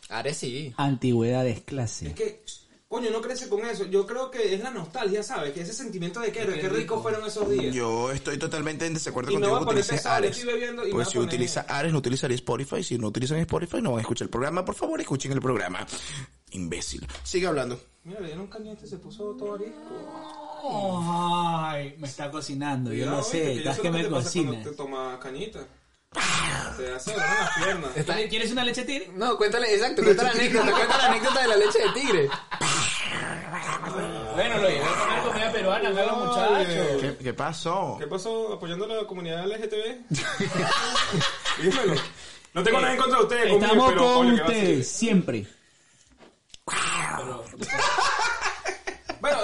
Speaker 3: Haré sí.
Speaker 6: Antigüedades clase.
Speaker 5: Es que, coño, no crece con eso. Yo creo que es la nostalgia, ¿sabes? Que ese sentimiento de que, qué rico fueron esos días.
Speaker 2: Yo estoy totalmente en desacuerdo
Speaker 5: Y me
Speaker 2: contigo
Speaker 5: voy a
Speaker 2: que
Speaker 5: poner
Speaker 2: utilices
Speaker 5: pesado,
Speaker 2: Ares.
Speaker 5: estoy bebiendo y me
Speaker 2: Porque
Speaker 5: voy a
Speaker 2: si
Speaker 5: poner-
Speaker 2: utiliza Ares, no utilizaría Spotify. Si no utilizan Spotify, no van a escuchar el programa. Por favor, escuchen el programa. Imbécil. Sigue hablando.
Speaker 5: Mira, le dieron cañete, se puso todo arisco.
Speaker 6: Ay, me está cocinando, yo no
Speaker 5: Cuidado, oye,
Speaker 6: sé,
Speaker 5: yo
Speaker 6: estás
Speaker 5: sé
Speaker 6: que
Speaker 5: lo
Speaker 6: me
Speaker 5: te pasa
Speaker 6: cocina.
Speaker 5: cuando Te tomas cañita. Te hace doler las piernas.
Speaker 3: Está-
Speaker 4: ¿Quieres una leche tigre?
Speaker 3: No, cuéntale, exacto, cuéntale la anécdota, cuéntale la anécdota de la leche de tigre.
Speaker 4: Bueno, lo llevé a comer comida peruana, acá los
Speaker 5: Oye.
Speaker 4: muchachos.
Speaker 2: ¿Qué, qué pasó?
Speaker 5: ¿Qué pasó apoyando a la comunidad LGTB? Dímelo. No tengo nada en contra de ustedes, conmigo,
Speaker 6: Estamos
Speaker 5: pero
Speaker 6: con
Speaker 5: coño, que va a ser.
Speaker 6: ustedes, siempre.
Speaker 5: Bueno,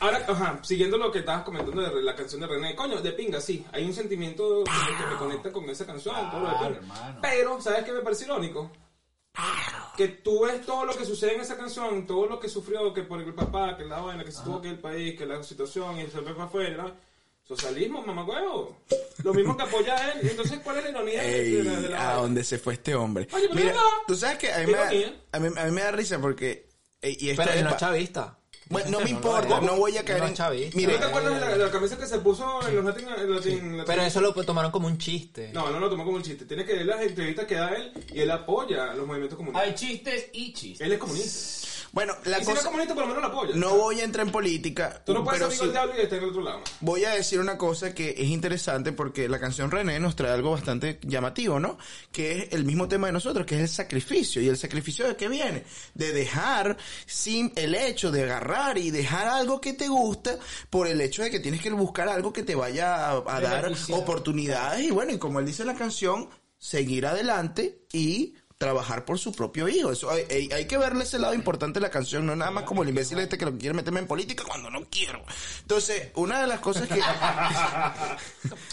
Speaker 5: ahora, ajá, siguiendo lo que estabas comentando de la canción de René, coño, de pinga, sí, hay un sentimiento que me conecta con esa canción, todo lo de pinga. Pero, ¿sabes qué me parece irónico? Que tú ves todo lo que sucede en esa canción, todo lo que sufrió, que por el papá, que la vaina, que se tuvo que ir al país, que la situación, y se fue para afuera. Socialismo, mamagüevo. Lo mismo que apoya a él. Entonces, ¿cuál es la ironía de-
Speaker 2: Ey,
Speaker 5: de la, de la
Speaker 2: a
Speaker 5: vaina?
Speaker 2: dónde se fue este hombre.
Speaker 5: Oye, pero
Speaker 2: Mira,
Speaker 5: no.
Speaker 2: tú sabes que a mí, me da,
Speaker 5: Ironía.
Speaker 2: a mí- a mí me da risa porque. eh, y esto
Speaker 3: Pero
Speaker 2: es
Speaker 3: él no
Speaker 2: pa-
Speaker 3: es chavista.
Speaker 2: Bueno, no me
Speaker 3: No,
Speaker 2: importa,
Speaker 3: no,
Speaker 2: no voy a caer
Speaker 3: no,
Speaker 2: en.
Speaker 3: chavista.
Speaker 5: ¿No
Speaker 2: Mira,
Speaker 5: te acuerdas de la, de la camisa que se puso en los Latin... en los Latin-
Speaker 3: Pero eso lo tomaron como un chiste.
Speaker 5: No, no lo tomó como un chiste. Tiene que ver las entrevistas que da él y él apoya los movimientos comunistas.
Speaker 4: Hay chistes y chistes.
Speaker 5: Él es comunista.
Speaker 2: bueno, la
Speaker 5: y si no es
Speaker 2: cosa.
Speaker 5: comunista, por lo menos lo apoya.
Speaker 2: No voy a entrar en política.
Speaker 5: Tú no puedes
Speaker 2: pero
Speaker 5: ser amigo del
Speaker 2: sí-
Speaker 5: diablo y estar en el otro lado. man.
Speaker 2: Voy a decir una cosa que es interesante porque la canción René nos trae algo bastante llamativo, ¿no? Que es el mismo tema de nosotros, que es el sacrificio. ¿Y el sacrificio de qué viene? De dejar sin el hecho de agarrar y dejar algo que te gusta por el hecho de que tienes que buscar algo que te vaya a, a dar
Speaker 4: Beneficiar.
Speaker 2: oportunidades. Y bueno, y como él dice en la canción, seguir adelante y trabajar por su propio hijo. Eso hay, hay- hay que verle ese lado importante de la canción, no nada más como el imbécil este que lo quiere meterme en política cuando no quiero. Entonces, una de las cosas que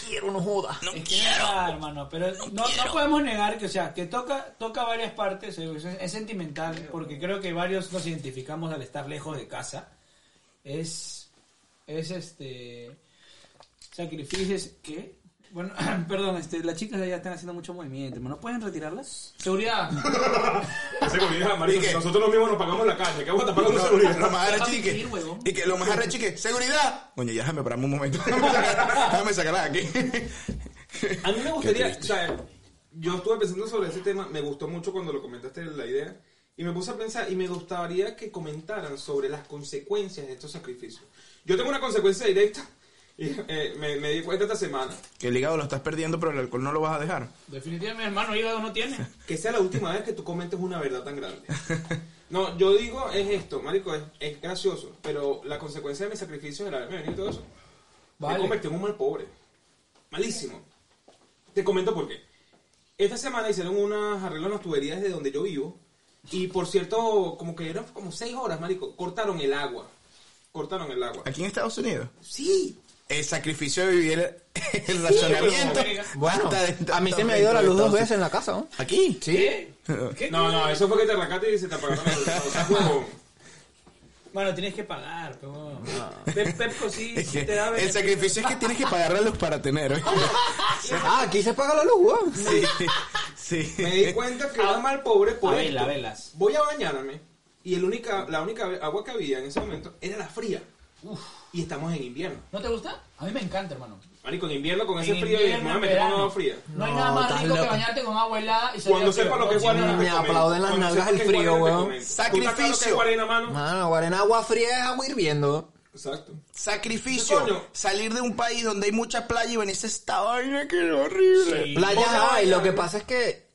Speaker 3: Quiero, no joda.
Speaker 2: no
Speaker 4: Es que es
Speaker 2: quiero.
Speaker 4: verdad, hermano, pero no, no podemos negar que, o sea, que toca, toca varias partes, es, es sentimental, porque creo que varios nos identificamos al estar lejos de casa. Es, es este, sacrificios que, bueno, perdón, este, las chicas ya están haciendo mucho movimiento, hermano, ¿pueden retirarlas? Seguridad.
Speaker 5: Ese comunista, marico,
Speaker 2: ¿Y qué?
Speaker 5: si nosotros los mismos nos pagamos la calle. ¿Qué vamos a tapar con seguridad?
Speaker 2: Lo más arrecho
Speaker 4: Déjame
Speaker 2: y que-
Speaker 4: ir, huevón.
Speaker 2: y que lo más arrecho y que seguridad. Coño, ya déjame pararme un momento. Déjame sacar- déjame sacarla de aquí.
Speaker 5: A mí me gustaría, o sea, yo estuve pensando sobre ese tema, me gustó mucho cuando lo comentaste la idea, y me puse a pensar, y me gustaría que comentaran sobre las consecuencias de estos sacrificios. Yo tengo una consecuencia directa, y eh, me, me di cuenta esta semana,
Speaker 2: Que el hígado lo estás perdiendo, pero el alcohol no lo vas a dejar.
Speaker 4: Definitivamente, hermano, hígado no tiene.
Speaker 5: que sea la última vez que tú comentes una verdad tan grande. No, yo digo, es esto, marico, es, es gracioso, pero la consecuencia de mis sacrificios, de haberme venido y todo eso,
Speaker 4: Vale.
Speaker 5: me convertí en un mal pobre. Malísimo. Te comento por qué. Esta semana hicieron unas arreglos en las tuberías de donde yo vivo. Y por cierto, como que eran como seis horas, marico. Cortaron el agua. Cortaron el agua.
Speaker 2: Aquí en Estados Unidos.
Speaker 5: Sí.
Speaker 2: El sacrificio de vivir el razonamiento.
Speaker 3: Bueno,
Speaker 2: hasta dentro-
Speaker 3: a mí se me ha ido la luz dos
Speaker 2: entonces.
Speaker 3: veces en la casa, ¿no?
Speaker 2: ¿Aquí?
Speaker 3: ¿Sí?
Speaker 4: ¿Qué?
Speaker 5: No, no, eso fue que te arrancaste y se te apagaron las luces. O sea, huevón.
Speaker 4: Mano, tienes que pagar, pero... Pep- Ah. Pepco sí,
Speaker 2: Es que
Speaker 4: sí te da
Speaker 2: el
Speaker 4: beneficio.
Speaker 2: sacrificio es que tienes que pagar la luz para tener. ¿oíste?
Speaker 3: Ah, aquí se paga la luz, weón.
Speaker 2: Sí, sí.
Speaker 5: Me di cuenta que
Speaker 4: Ah.
Speaker 5: era mal pobre por
Speaker 4: A vela,
Speaker 5: esto.
Speaker 4: velas.
Speaker 5: Voy a bañarme. Y el única, la única agua que había en ese momento era la fría. Y estamos en invierno.
Speaker 4: ¿No te gusta? A mí me encanta, hermano.
Speaker 5: Marico, en invierno con ese
Speaker 4: En
Speaker 5: frío y
Speaker 4: invierno,
Speaker 5: me voy a
Speaker 4: en
Speaker 5: meter con
Speaker 4: verano.
Speaker 5: agua fría.
Speaker 4: No hay
Speaker 3: No,
Speaker 4: nada más
Speaker 3: estás
Speaker 4: rico que
Speaker 3: loco.
Speaker 4: bañarte con agua helada y salir
Speaker 5: Cuando
Speaker 4: al frío.
Speaker 5: sepa lo que es guarena,
Speaker 3: Me
Speaker 5: te comento.
Speaker 3: aplauden las
Speaker 5: Cuando
Speaker 3: nalgas
Speaker 5: sepa
Speaker 3: el
Speaker 5: qué es
Speaker 3: frío,
Speaker 5: guarena, te
Speaker 3: weón.
Speaker 5: comento. Tú sacas lo que es
Speaker 2: Sacrificio.
Speaker 5: guarena, mano.
Speaker 3: Mano, guarena agua fría es agua hirviendo.
Speaker 5: Exacto.
Speaker 2: Sacrificio.
Speaker 5: Sí, coño.
Speaker 2: Salir de un país donde hay mucha playa y venirse a esta vaina que es horrible.
Speaker 3: Playas
Speaker 5: Voy a
Speaker 3: hay, lo que
Speaker 5: bañarme.
Speaker 3: pasa es que.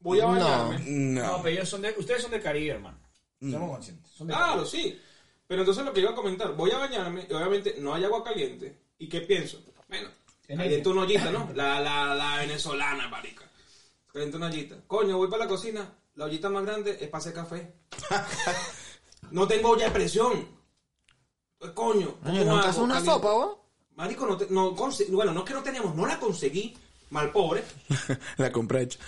Speaker 5: Voy a
Speaker 3: No.
Speaker 5: bañarme.
Speaker 2: No.
Speaker 7: No, pero ellos son de, ustedes son del Caribe, hermano.
Speaker 4: Mm.
Speaker 7: Estamos conscientes. Son de
Speaker 5: Claro, sí. Pero entonces lo que iba a comentar, voy a bañarme y obviamente no hay agua caliente. ¿Y qué pienso? Bueno,
Speaker 7: En
Speaker 5: caliento
Speaker 7: ella.
Speaker 5: una ollita, ¿no? La, la, la venezolana, marica. Caliento una ollita. Coño, voy para la cocina. La ollita más grande es para hacer café. no tengo olla de presión. Pues, coño.
Speaker 3: Coño,
Speaker 5: ¿cómo
Speaker 3: nunca
Speaker 5: hago?
Speaker 3: haces una
Speaker 5: Caliento.
Speaker 3: sopa, vos.
Speaker 5: Marico, no, te- no conse- bueno, no es que no teníamos, no la conseguí. Mal pobre.
Speaker 2: La compra hecha.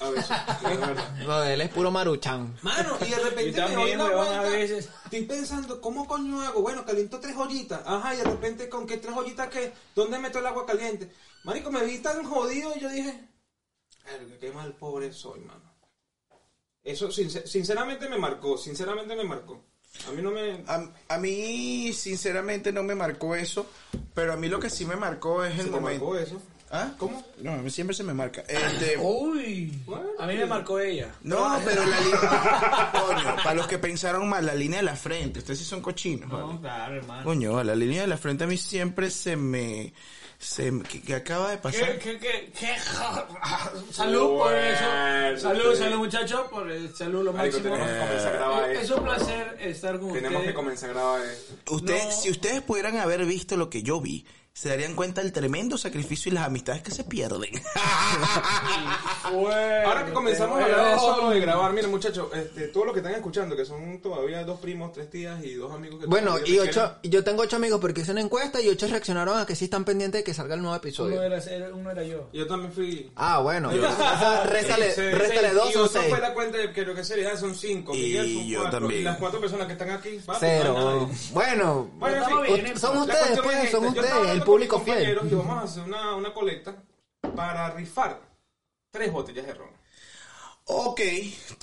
Speaker 5: A veces, es verdad.
Speaker 3: Lo de él es puro maruchan.
Speaker 5: Mano, y de repente
Speaker 7: Y
Speaker 5: me doy
Speaker 7: también,
Speaker 5: la
Speaker 7: huevón,
Speaker 5: vuelta.
Speaker 7: a veces.
Speaker 5: Estoy pensando, ¿cómo coño hago? Bueno, caliento tres ollitas. Ajá, y de repente, ¿con qué tres ollitas qué? ¿Dónde meto el agua caliente? Marico, me vi tan jodido y yo dije, "Verga, qué mal pobre soy, mano. Eso sincer- sinceramente me marcó, sinceramente me marcó. A mí no me...
Speaker 3: Ah,
Speaker 2: A, a mí, sinceramente, no me marcó eso. Pero a mí lo que sí me marcó es el
Speaker 5: se me
Speaker 2: momento.
Speaker 5: marcó eso.
Speaker 2: ¿Ah? ¿Cómo? No, a mí siempre se me marca. Este,
Speaker 4: Uy, a mí me marcó ella.
Speaker 2: No, pero la línea. Coño, para los que pensaron mal, la línea de la frente. Ustedes sí son cochinos. ¿vale?
Speaker 7: No, claro, hermano.
Speaker 2: Coño, la línea de la frente a mí siempre se me. Se me- que, que acaba de
Speaker 4: ¿Qué,
Speaker 2: pasar.
Speaker 4: qué, qué, qué? Salud por eso. Salud, salud, muchachos. Por el salud, lo
Speaker 5: pues, Marico,
Speaker 4: máximo.
Speaker 5: tenemos que comenzar a grabar
Speaker 4: Es
Speaker 5: esto.
Speaker 4: un placer estar con
Speaker 5: Tenemos que
Speaker 4: ustedes.
Speaker 5: comenzar a grabar esto.
Speaker 2: Ustedes,
Speaker 4: No.
Speaker 2: Si ustedes pudieran haber visto lo que yo vi, se darían cuenta del tremendo sacrificio y las amistades que se pierden.
Speaker 4: Ah,
Speaker 5: Ahora que comenzamos a hablar de eso, lo de grabar, miren muchachos, este, todos los que están escuchando, que son todavía dos primos, tres tías y dos amigos que
Speaker 3: Bueno,
Speaker 5: todavía
Speaker 3: y
Speaker 5: me
Speaker 3: ocho, yo tengo ocho amigos porque hice una encuesta y ocho reaccionaron a que sí están pendientes de que salga el nuevo
Speaker 7: Uno
Speaker 3: episodio.
Speaker 7: era, era- uno era yo.
Speaker 5: quieren. Yo también fui...
Speaker 3: Ah, bueno. O sea, réstale,
Speaker 5: Sí,
Speaker 3: réstale
Speaker 5: sí.
Speaker 3: dos
Speaker 5: y
Speaker 3: o
Speaker 5: Oso
Speaker 3: seis.
Speaker 5: fue la cuenta de que lo que sería son cinco.
Speaker 2: Y
Speaker 5: Miguel son
Speaker 2: yo
Speaker 5: cuatro.
Speaker 2: también.
Speaker 5: Y las cuatro personas que están aquí. papi, no hay
Speaker 3: Cero.
Speaker 5: nadie.
Speaker 3: Bueno,
Speaker 5: Bueno, en
Speaker 4: Estamos
Speaker 5: fin,
Speaker 4: bien,
Speaker 3: ut-
Speaker 4: ¿eh?
Speaker 3: son
Speaker 5: la
Speaker 3: ustedes,
Speaker 5: cuestión
Speaker 3: pues,
Speaker 5: es
Speaker 3: son
Speaker 5: esta. Yo
Speaker 3: ustedes,
Speaker 5: estaba
Speaker 3: el
Speaker 5: hablando con mis
Speaker 3: público fiel.
Speaker 5: compañeros Y vamos a hacer una, una colecta para rifar tres botellas de ron.
Speaker 2: ok,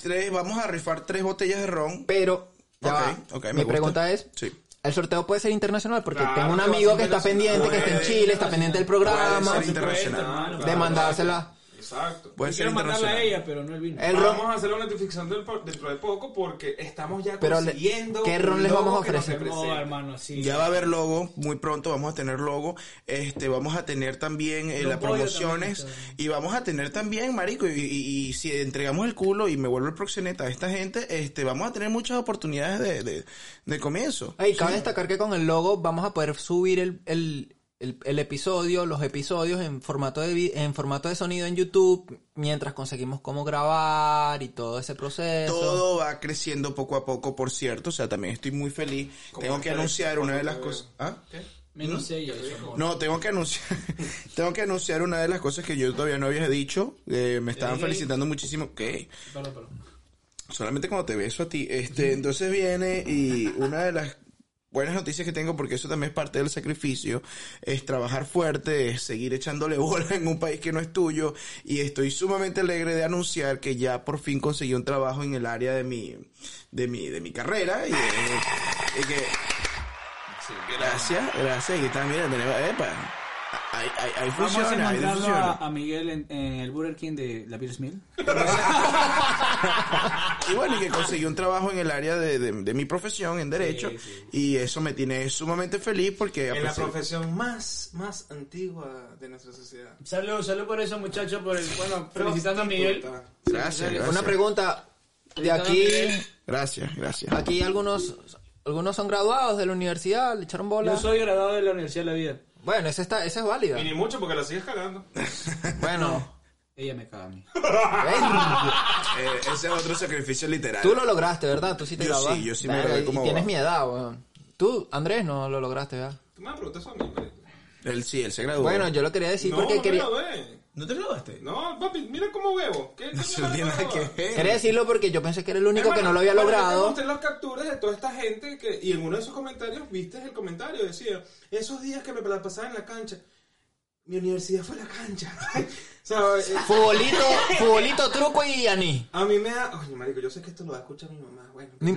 Speaker 2: tres, vamos a rifar tres botellas de ron.
Speaker 3: Pero,
Speaker 2: Ok,
Speaker 3: ya va.
Speaker 2: ok, me
Speaker 3: mi
Speaker 2: gusta.
Speaker 3: pregunta es,
Speaker 2: Sí.
Speaker 3: ¿el sorteo puede ser internacional? Porque
Speaker 5: Claro,
Speaker 3: tengo un
Speaker 5: que va a
Speaker 3: amigo
Speaker 5: ser
Speaker 3: que está
Speaker 5: internacional.
Speaker 3: pendiente, que está en
Speaker 5: Puede
Speaker 3: Chile, está pendiente del programa,
Speaker 2: Puede ser internacional.
Speaker 5: Claro,
Speaker 3: de mandársela.
Speaker 5: Exacto.
Speaker 2: Puede
Speaker 4: Yo
Speaker 2: ser
Speaker 4: quiero mandarla a
Speaker 2: internacional.
Speaker 4: ella, pero no el vino.
Speaker 3: El
Speaker 5: vamos
Speaker 3: ron,
Speaker 5: a hacer una notificación del po- dentro de poco porque estamos ya
Speaker 3: Pero le-
Speaker 5: consiguiendo.
Speaker 3: ¿qué
Speaker 5: un
Speaker 3: ron les vamos a
Speaker 5: logo que nos
Speaker 3: ofrecer?
Speaker 4: No,
Speaker 5: represente.
Speaker 4: hermano, sí.
Speaker 2: Ya va a haber logo, muy pronto vamos a tener logo, este vamos a tener también eh,
Speaker 4: Los
Speaker 2: las
Speaker 4: pollos
Speaker 2: promociones
Speaker 4: también están.
Speaker 2: y vamos a tener también, marico, y, y- y si entregamos el culo y me vuelvo el proxeneta a esta gente, este vamos a tener muchas oportunidades de, de, de comienzo.
Speaker 3: Ey, cabe destacar que con el logo vamos a poder subir el, el, el- el episodio, los episodios en formato de vi- en formato de sonido en YouTube, mientras conseguimos cómo grabar y todo ese proceso.
Speaker 2: Todo va creciendo poco a poco, por cierto, o sea, también estoy muy feliz. Tengo que
Speaker 5: ustedes,
Speaker 2: anunciar una de las
Speaker 5: cuando
Speaker 2: cosas... ¿Ah?
Speaker 4: Menos ella. eso no.
Speaker 2: No, tengo que anunciar, tengo que anunciar una de las cosas que yo todavía no había dicho. eh, me estaban felicitando muchísimo. ¿Qué?
Speaker 4: Perdón, perdón.
Speaker 2: solamente cuando te beso a ti. Este, entonces viene y una de las buenas noticias que tengo, porque eso también es parte del sacrificio, es trabajar fuerte, es seguir echándole bola en un país que no es tuyo. Y estoy sumamente alegre de anunciar que ya por fin conseguí un trabajo en el área de mi, de mi, de mi carrera. Y, eh, y que, gracias, gracias. Y que también tenemos, epa, ahí, ahí- ahí
Speaker 6: Vamos a
Speaker 2: funciona, ahí
Speaker 6: mandarlo
Speaker 2: funciona.
Speaker 6: a, a Miguel en, en el Burger King de la Pierce Mill.
Speaker 2: Y bueno, y que conseguí un trabajo en el área de, de- de mi profesión, en Derecho, y eso me tiene sumamente feliz porque... a
Speaker 3: Pues
Speaker 5: En la
Speaker 2: pesar-
Speaker 5: profesión más, más antigua de nuestra sociedad.
Speaker 4: Salud, salud por eso, muchachos. Por el, bueno, felicitando a Miguel.
Speaker 2: Gracias, gracias.
Speaker 3: Una pregunta de aquí,
Speaker 2: Gracias, gracias.
Speaker 3: aquí algunos algunos son graduados de la universidad, le echaron bola.
Speaker 4: Yo soy graduado de la Universidad de la Vida.
Speaker 3: Bueno, esa está, esa es válida.
Speaker 5: Y ni mucho porque la sigues cagando.
Speaker 3: Bueno,
Speaker 6: Ella me caga a mí.
Speaker 3: ey,
Speaker 2: Eh, ese es otro sacrificio literal.
Speaker 3: tú lo lograste, ¿verdad? Tú sí te
Speaker 2: Yo
Speaker 3: graduaste.
Speaker 2: sí, yo sí me
Speaker 3: Verga,
Speaker 2: gradué
Speaker 3: y
Speaker 2: como
Speaker 3: tienes
Speaker 2: abogado.
Speaker 3: mi edad, weón. Tú, Andrés, no lo lograste, ¿verdad?
Speaker 5: Tú me preguntas eso a mí, marico.
Speaker 2: Él sí, él se graduó.
Speaker 3: Bueno, yo lo quería decir
Speaker 5: no,
Speaker 3: porque
Speaker 5: no
Speaker 3: quería...
Speaker 5: me gradué.
Speaker 2: ¿No te graduaste?
Speaker 5: No, papi, mira cómo bebo. ¿Qué, qué
Speaker 2: Eso
Speaker 5: me
Speaker 2: no tiene nada que
Speaker 5: gradué?
Speaker 2: ver.
Speaker 3: Quería decirlo porque yo pensé que era el único que
Speaker 5: Hermano,
Speaker 3: no lo había
Speaker 5: bueno, yo Te
Speaker 3: logrado.
Speaker 5: mostré las capturas de toda esta gente que, y en uno de sus comentarios viste el comentario, decía, esos días que me la pasaba en la cancha, mi universidad fue la cancha. o sea, eh,
Speaker 3: Futbolito, futbolito, truco y aní.
Speaker 5: a mí me da... Oye, marico, yo sé que esto lo va a escuchar mi mamá, bueno.
Speaker 3: No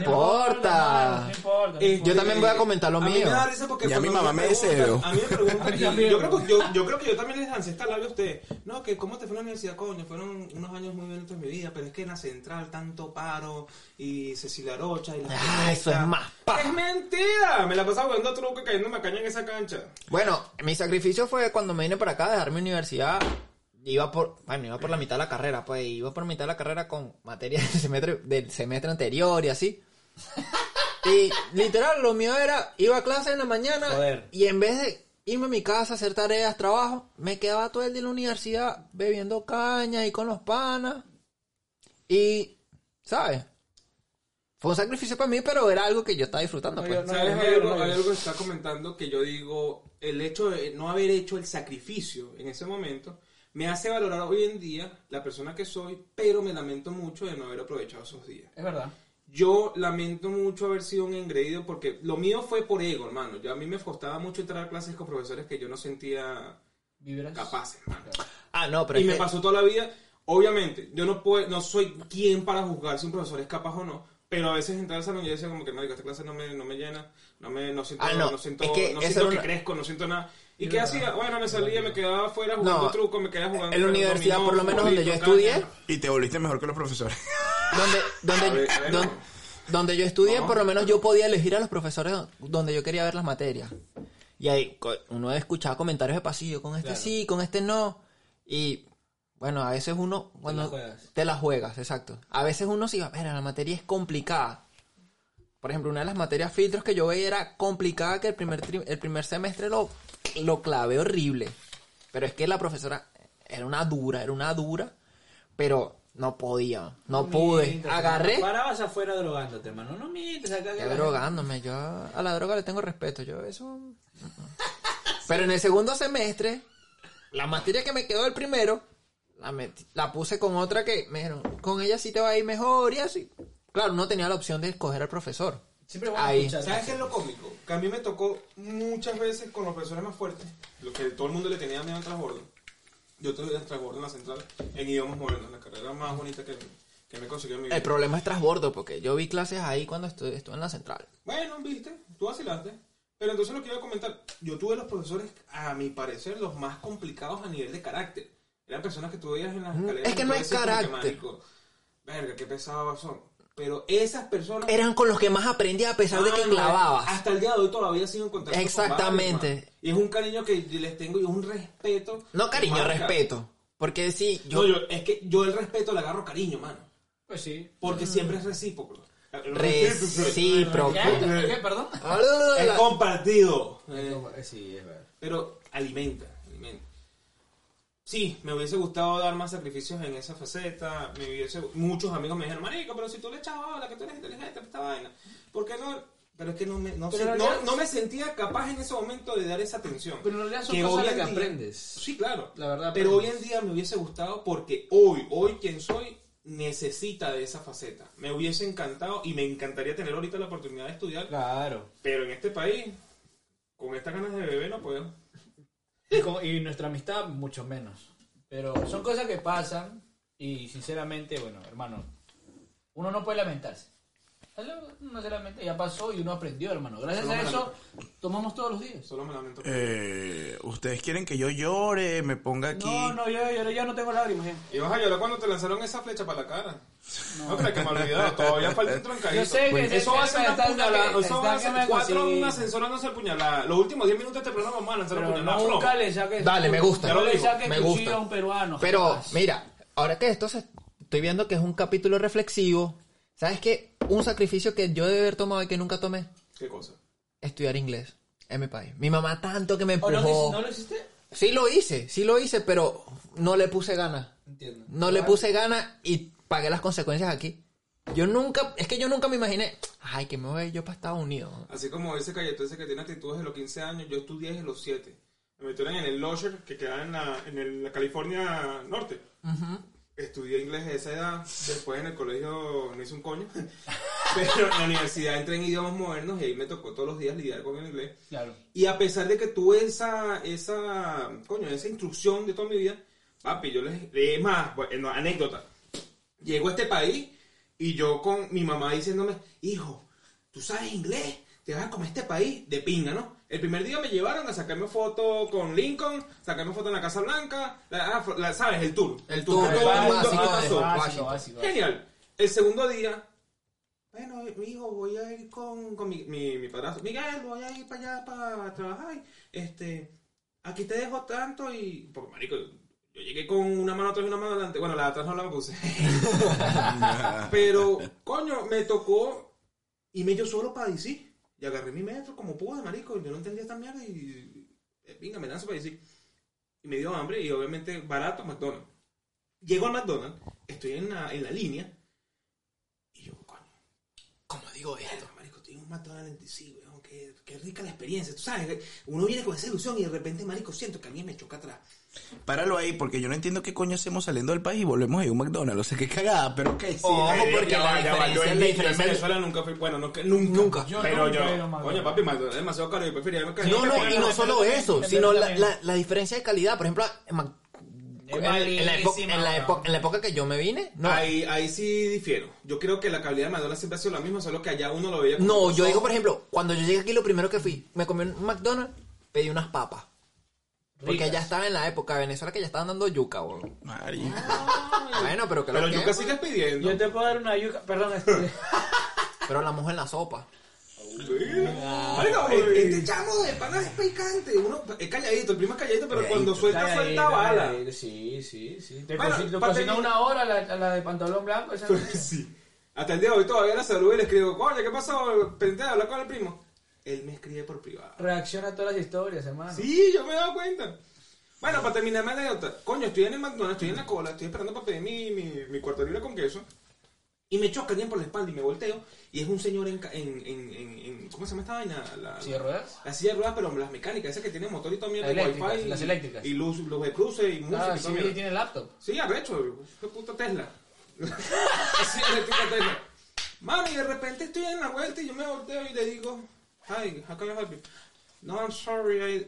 Speaker 4: No
Speaker 3: importa.
Speaker 4: importa. no
Speaker 5: Este,
Speaker 4: importa.
Speaker 3: Eh, Yo también voy a comentar lo
Speaker 5: mí
Speaker 3: mío.
Speaker 5: me da risa porque
Speaker 2: Y a
Speaker 5: cuando
Speaker 2: mi mamá me
Speaker 5: preguntan-
Speaker 2: deseo.
Speaker 5: A mí me preguntan,
Speaker 4: A mí
Speaker 5: yo, creo que, yo, yo creo que yo también les ancestral hablo a ustedes. No, que cómo te fue en la universidad, coño, fueron unos años muy violentos en mi vida, pero es que en la central tanto paro y Cecilia Rocha y la...
Speaker 3: Ah, eso es más paja.
Speaker 5: Es mentira, me la pasaba jugando truco y cayéndome a caña en esa cancha.
Speaker 3: Bueno, mi sacrificio fue cuando me vine para acá a dejar mi universidad. Iba por, bueno, iba por la mitad de la carrera, pues, iba por mitad de la carrera con materias del semestre, del semestre anterior y así. Y literal, lo mío era, iba a clase en la mañana
Speaker 7: Joder.
Speaker 3: y en vez de irme a mi casa a hacer tareas, trabajo, me quedaba todo el día en la universidad bebiendo caña y con los panas. Y, ¿sabes? Fue un sacrificio para mí, pero era algo que yo estaba disfrutando. pues.
Speaker 4: No,
Speaker 5: ¿Sabes?
Speaker 4: no,
Speaker 5: Hay,
Speaker 4: no,
Speaker 5: algo,
Speaker 4: no,
Speaker 5: hay
Speaker 4: no.
Speaker 5: algo que está comentando que yo digo, el hecho de no haber hecho el sacrificio en ese momento me hace valorar hoy en día la persona que soy, pero me lamento mucho de no haber aprovechado esos días.
Speaker 4: Es verdad.
Speaker 5: Yo lamento mucho haber sido un engreído porque lo mío fue por ego, hermano. Yo, a mí me costaba mucho entrar a clases con profesores que yo no sentía
Speaker 4: Vibras.
Speaker 5: capaces, hermano.
Speaker 3: Ah, no, pero
Speaker 5: y
Speaker 3: es
Speaker 5: me
Speaker 3: que-
Speaker 5: pasó toda la vida. Obviamente, yo no puedo, no soy quien para juzgar si un profesor es capaz o no. Pero a veces entrar al salón y yo decía como que, marico, esta clase no me, no me llena, no me no siento,
Speaker 3: Ah,
Speaker 5: no.
Speaker 3: no.
Speaker 5: siento,
Speaker 3: Es que
Speaker 5: no
Speaker 3: esa
Speaker 5: siento
Speaker 3: era
Speaker 5: que
Speaker 3: una-
Speaker 5: crezco, no siento nada. ¿Y qué hacía? Bueno, me salía, me quedaba afuera jugando
Speaker 3: No,
Speaker 5: truco, me quedaba jugando.
Speaker 3: en la universidad,
Speaker 5: dominó,
Speaker 3: por lo menos donde yo
Speaker 5: futbolito, caña.
Speaker 3: estudié,
Speaker 2: Y te volviste mejor que los profesores.
Speaker 3: donde donde,
Speaker 5: A ver, a ver,
Speaker 3: don-
Speaker 5: no.
Speaker 3: donde yo estudié
Speaker 5: No.
Speaker 3: por lo menos yo podía elegir a los profesores donde yo quería ver las materias y ahí co- uno escuchaba comentarios de pasillo con este sí con este no y bueno a veces uno cuando
Speaker 7: la juegas.
Speaker 3: te la juegas exacto a veces uno sí mira la materia es complicada por ejemplo una de las materias filtros que yo veía era complicada que el primer tri- el primer semestre lo lo clavé horrible pero es que la profesora era una dura era una dura pero no podía, no pude.
Speaker 7: Mientras,
Speaker 3: Agarré.
Speaker 7: Parabas afuera drogándote, hermano. No mientes acá. que
Speaker 3: Ya
Speaker 7: la-
Speaker 3: drogándome, yo a la droga le tengo respeto, yo eso... mm, Pero en el segundo semestre, la materia que me quedó del primero, la, metí- la puse con otra que me dijeron, con ella sí te va a ir mejor y así. Claro, no tenía la opción de escoger al profesor.
Speaker 7: Siempre voy a
Speaker 3: Ahí.
Speaker 7: escuchar.
Speaker 5: ¿Sabes qué es lo cómico? Que a mí me tocó muchas veces con los profesores más fuertes, lo que todo el mundo le tenía miedo al transbordo. Yo tuve el transbordo en la central, en idiomas modernos, la carrera más bonita que, que me consiguió en mi vida.
Speaker 3: El problema es trasbordo, porque yo vi clases ahí cuando estuve, estuve en la central.
Speaker 5: Bueno, viste, tú vacilaste. Pero entonces lo que iba a comentar, yo tuve los profesores, a mi parecer, los más complicados a nivel de carácter. Eran personas que tú veías en las escaleras.
Speaker 3: Mm, es que
Speaker 5: y tú
Speaker 3: no hay
Speaker 5: decías como
Speaker 3: carácter.
Speaker 5: "Marico, Verga, qué pesados son. Pero esas personas...
Speaker 3: Eran con los que más aprendí a pesar de que
Speaker 5: Ah,
Speaker 3: clavabas.
Speaker 5: Hasta el día de hoy todavía sigo en contacto con
Speaker 3: Exactamente.
Speaker 5: varios, hermano. y es un cariño que les tengo y es un respeto.
Speaker 3: No cariño,
Speaker 5: Marca.
Speaker 3: respeto. Porque sí,
Speaker 5: No,
Speaker 3: yo...
Speaker 5: yo- es que yo el respeto le agarro cariño, mano.
Speaker 4: Pues sí.
Speaker 5: Porque siempre es recíproco. El
Speaker 3: Mm. Recíproco.
Speaker 4: ¿Qué? ¿Qué? Perdón.
Speaker 5: Es compartido. Eh,
Speaker 7: Eh, Sí, es verdad.
Speaker 5: Pero alimenta, alimenta. Sí, me hubiese gustado dar más sacrificios en esa faceta. Me hubiese, muchos amigos me dijeron, marico, pero si tú le echas la que tú eres inteligente, esta vaina. ¿Por qué no? Pero es que no me, no,
Speaker 4: Pero
Speaker 5: sé-
Speaker 4: en
Speaker 5: no-
Speaker 4: realidad-
Speaker 5: no me sentía capaz en ese momento de dar esa atención.
Speaker 4: Pero en realidad son
Speaker 5: Que
Speaker 4: cosas
Speaker 5: hoy
Speaker 4: las
Speaker 5: en
Speaker 4: que
Speaker 5: día-
Speaker 4: aprendes.
Speaker 5: Sí, claro.
Speaker 4: La verdad,
Speaker 5: Pero hoy
Speaker 4: aprendes.
Speaker 5: en día me hubiese gustado porque hoy, hoy quien soy, necesita de esa faceta. Me hubiese encantado y me encantaría tener ahorita la oportunidad de estudiar.
Speaker 7: Claro.
Speaker 5: Pero en este país, con estas ganas de bebé no puedo.
Speaker 4: Y, con- y nuestra amistad, mucho menos. Pero son cosas que pasan. Y sinceramente, bueno, hermano, uno no puede lamentarse. No se lamenta, ya pasó y uno aprendió, hermano. Gracias
Speaker 5: Solo
Speaker 4: a
Speaker 5: me
Speaker 4: eso, tomamos todos los días.
Speaker 5: Solo me lamento.
Speaker 2: Eh, Ustedes quieren que yo llore, me ponga aquí.
Speaker 4: No, no, yo, yo, yo no tengo lágrimas. ya.
Speaker 5: Y vas a llorar cuando te lanzaron esa flecha para la cara. No, crees que me he olvidado. Todavía falta un trancadito.
Speaker 4: Yo sé que- sé
Speaker 5: eso va a
Speaker 4: que
Speaker 5: ser
Speaker 4: me
Speaker 5: una
Speaker 4: estás-
Speaker 5: puñalada.
Speaker 4: que-
Speaker 5: Eso va a
Speaker 4: estás que
Speaker 5: ser
Speaker 4: me
Speaker 5: cuatro
Speaker 4: consigue.
Speaker 5: un ascensor dándose puñalada. Los últimos 10 minutos de este programa vamos a lanzar la
Speaker 4: Pero
Speaker 5: puñalada.
Speaker 4: nunca
Speaker 5: Pro.
Speaker 4: le saques.
Speaker 3: Dale, me gusta.
Speaker 5: Ya lo
Speaker 4: No le
Speaker 5: digo,
Speaker 4: saques
Speaker 3: me
Speaker 4: cuchillo
Speaker 3: gusta.
Speaker 4: a un peruano.
Speaker 3: Pero
Speaker 4: jamás.
Speaker 3: mira, ahora que esto se- estoy viendo que es un capítulo reflexivo, ¿sabes qué? Un sacrificio que yo debe haber tomado y que nunca tomé,
Speaker 5: ¿Qué cosa?
Speaker 3: estudiar inglés en mi país. Mi mamá tanto que me
Speaker 7: ¿O no,
Speaker 3: empujó.
Speaker 7: no lo hiciste?
Speaker 3: Sí lo hice, sí lo hice, pero no le puse ganas.
Speaker 7: Entiendo.
Speaker 3: No le puse ganas y pagué las consecuencias aquí. Yo nunca, es que yo nunca me imaginé, ay, que me voy yo para Estados Unidos.
Speaker 5: Así como ese Cayeto ese que tiene actitudes de los 15 años, yo estudié desde los 7. Me metieron en el Lodger que queda en la, en el- la California Norte. Estudié inglés a esa edad, después en el colegio no hice un coño. Pero en la universidad entré en idiomas modernos y ahí me tocó todos los días lidiar con el inglés.
Speaker 7: Claro.
Speaker 5: Y a pesar de que tuve esa, esa, coño, esa instrucción de toda mi vida, papi, yo les, es más, bueno, anécdota. Llego a este país y yo con mi mamá diciéndome, hijo, ¿tú sabes inglés? Te vas a comer este país de pinga, ¿no? El primer día me llevaron a sacarme foto con Lincoln, sacarme foto en la Casa Blanca, la- ah, la- ¿sabes? El tour.
Speaker 3: El tour,
Speaker 5: que
Speaker 3: el
Speaker 5: todo el mundo
Speaker 3: básico
Speaker 5: aquí
Speaker 3: de-
Speaker 5: pasó.
Speaker 7: Básico,
Speaker 3: Washington.
Speaker 7: básico.
Speaker 5: Genial. El segundo día, bueno, mi hijo, voy a ir con, con mi, mi, mi padrastro. Miguel, voy a ir para allá para trabajar. Este, aquí te dejo tanto y. Porque, marico, yo llegué con una mano atrás y una mano adelante. Bueno, la de atrás no la puse. Pero, coño, me tocó irme yo solo para DC. Y agarré mi metro como pude, marico. Yo no entendía esta mierda y. eh, Venga, me lanzo para DC. Y me dio hambre y obviamente barato McDonald's. Llego al McDonald's, estoy en la, en la línea. Y yo, coño,
Speaker 3: ¿Cómo digo esto?
Speaker 5: mierda, marico, estoy en un McDonald's en DC, weón. Qué, qué rica la experiencia. Tú sabes, uno viene con esa ilusión y de repente, marico, siento que alguien me choca atrás.
Speaker 2: Páralo ahí, porque yo no entiendo qué coño hacemos saliendo del país y volvemos ahí a un McDonald's. O sea, qué cagada, pero qué.
Speaker 3: Ojo, porque
Speaker 5: eh, Ya
Speaker 3: la
Speaker 5: va, ya va,
Speaker 3: diferencia,
Speaker 5: yo en
Speaker 3: la
Speaker 5: mi-
Speaker 3: diferencia-
Speaker 5: en Venezuela nunca fui, bueno, no, que- nunca.
Speaker 3: Nunca.
Speaker 7: Yo
Speaker 5: pero
Speaker 7: nunca
Speaker 5: yo,
Speaker 7: he ido a McDonald's.
Speaker 5: coño, papi, McDonald's es demasiado caro. Yo prefería irme a
Speaker 3: No, no, y
Speaker 5: Pero-
Speaker 3: no
Speaker 7: Venezuela
Speaker 3: solo
Speaker 7: también,
Speaker 3: eso,
Speaker 7: en
Speaker 3: sino la,
Speaker 7: Venezuela
Speaker 3: la, la diferencia de calidad. Por ejemplo, en, Mac-
Speaker 7: Es
Speaker 3: en- en la época,
Speaker 7: malísima,
Speaker 3: en, la
Speaker 7: weón.
Speaker 3: época, en la época que yo me vine, no.
Speaker 5: Ahí, ahí sí difiero. Yo creo que la calidad de McDonald's siempre ha sido la misma, solo que allá uno lo veía como
Speaker 3: No,
Speaker 5: otros
Speaker 3: yo digo,
Speaker 5: ojos.
Speaker 3: por ejemplo, cuando yo llegué aquí, lo primero que fui, me comí un McDonald's, pedí unas papas. Porque
Speaker 7: Ricas.
Speaker 3: ya estaba en la época de Venezuela que ya estaban dando yuca, weón. Bueno, pero que lo
Speaker 5: Pero
Speaker 3: que-
Speaker 5: yo casi que pidiendo.
Speaker 4: Yo te puedo dar una yuca. Perdón, este.
Speaker 3: Pero la moja en la sopa.
Speaker 5: Marico, eh, este chamo de panas es picante. Uno es calladito, el primo es calladito, pero cuando Pues suelta,
Speaker 7: Calladito,
Speaker 5: suelta bala.
Speaker 7: calladito, Sí, sí, sí. Te
Speaker 5: Bueno,
Speaker 7: cosi- te
Speaker 5: para
Speaker 7: cocinó
Speaker 5: terminar- Pues
Speaker 7: una hora la, la de pantalón blanco. Esa no es.
Speaker 5: Sí. Hasta el día de hoy todavía la saludo y le escribo, coño, ¿qué pasó? Pendiente de hablar con el primo. Él me escribe por privado.
Speaker 4: Reacciona a todas las historias, hermano.
Speaker 5: Sí, yo me he dado cuenta. Bueno, para terminar mi anécdota, coño, estoy en el McDonald's, estoy en la cola, estoy esperando para pedir mi, mi, mi cuarto libre con queso. Y me choca alguien por la espalda y me volteo. Y es un señor en. ca- en, en, en, en- ¿Cómo se llama esta vaina? La, la-
Speaker 4: ¿Silla de ruedas?
Speaker 5: La silla de ruedas, pero las mecánicas, esas que tienen motor y todo mierda,
Speaker 4: Las
Speaker 5: y
Speaker 4: eléctricas,
Speaker 5: wifi. y-
Speaker 4: las eléctricas.
Speaker 5: Y luz, luz de cruce y música.
Speaker 4: Ah,
Speaker 5: y
Speaker 4: sí,
Speaker 5: todo mierda.
Speaker 4: tiene laptop.
Speaker 5: Sí, arrecho, qué puta Tesla. Así eléctrica Tesla. Mami, y de repente estoy en la vuelta y yo me volteo y le digo, hi, how can I help you? No, I'm sorry. I...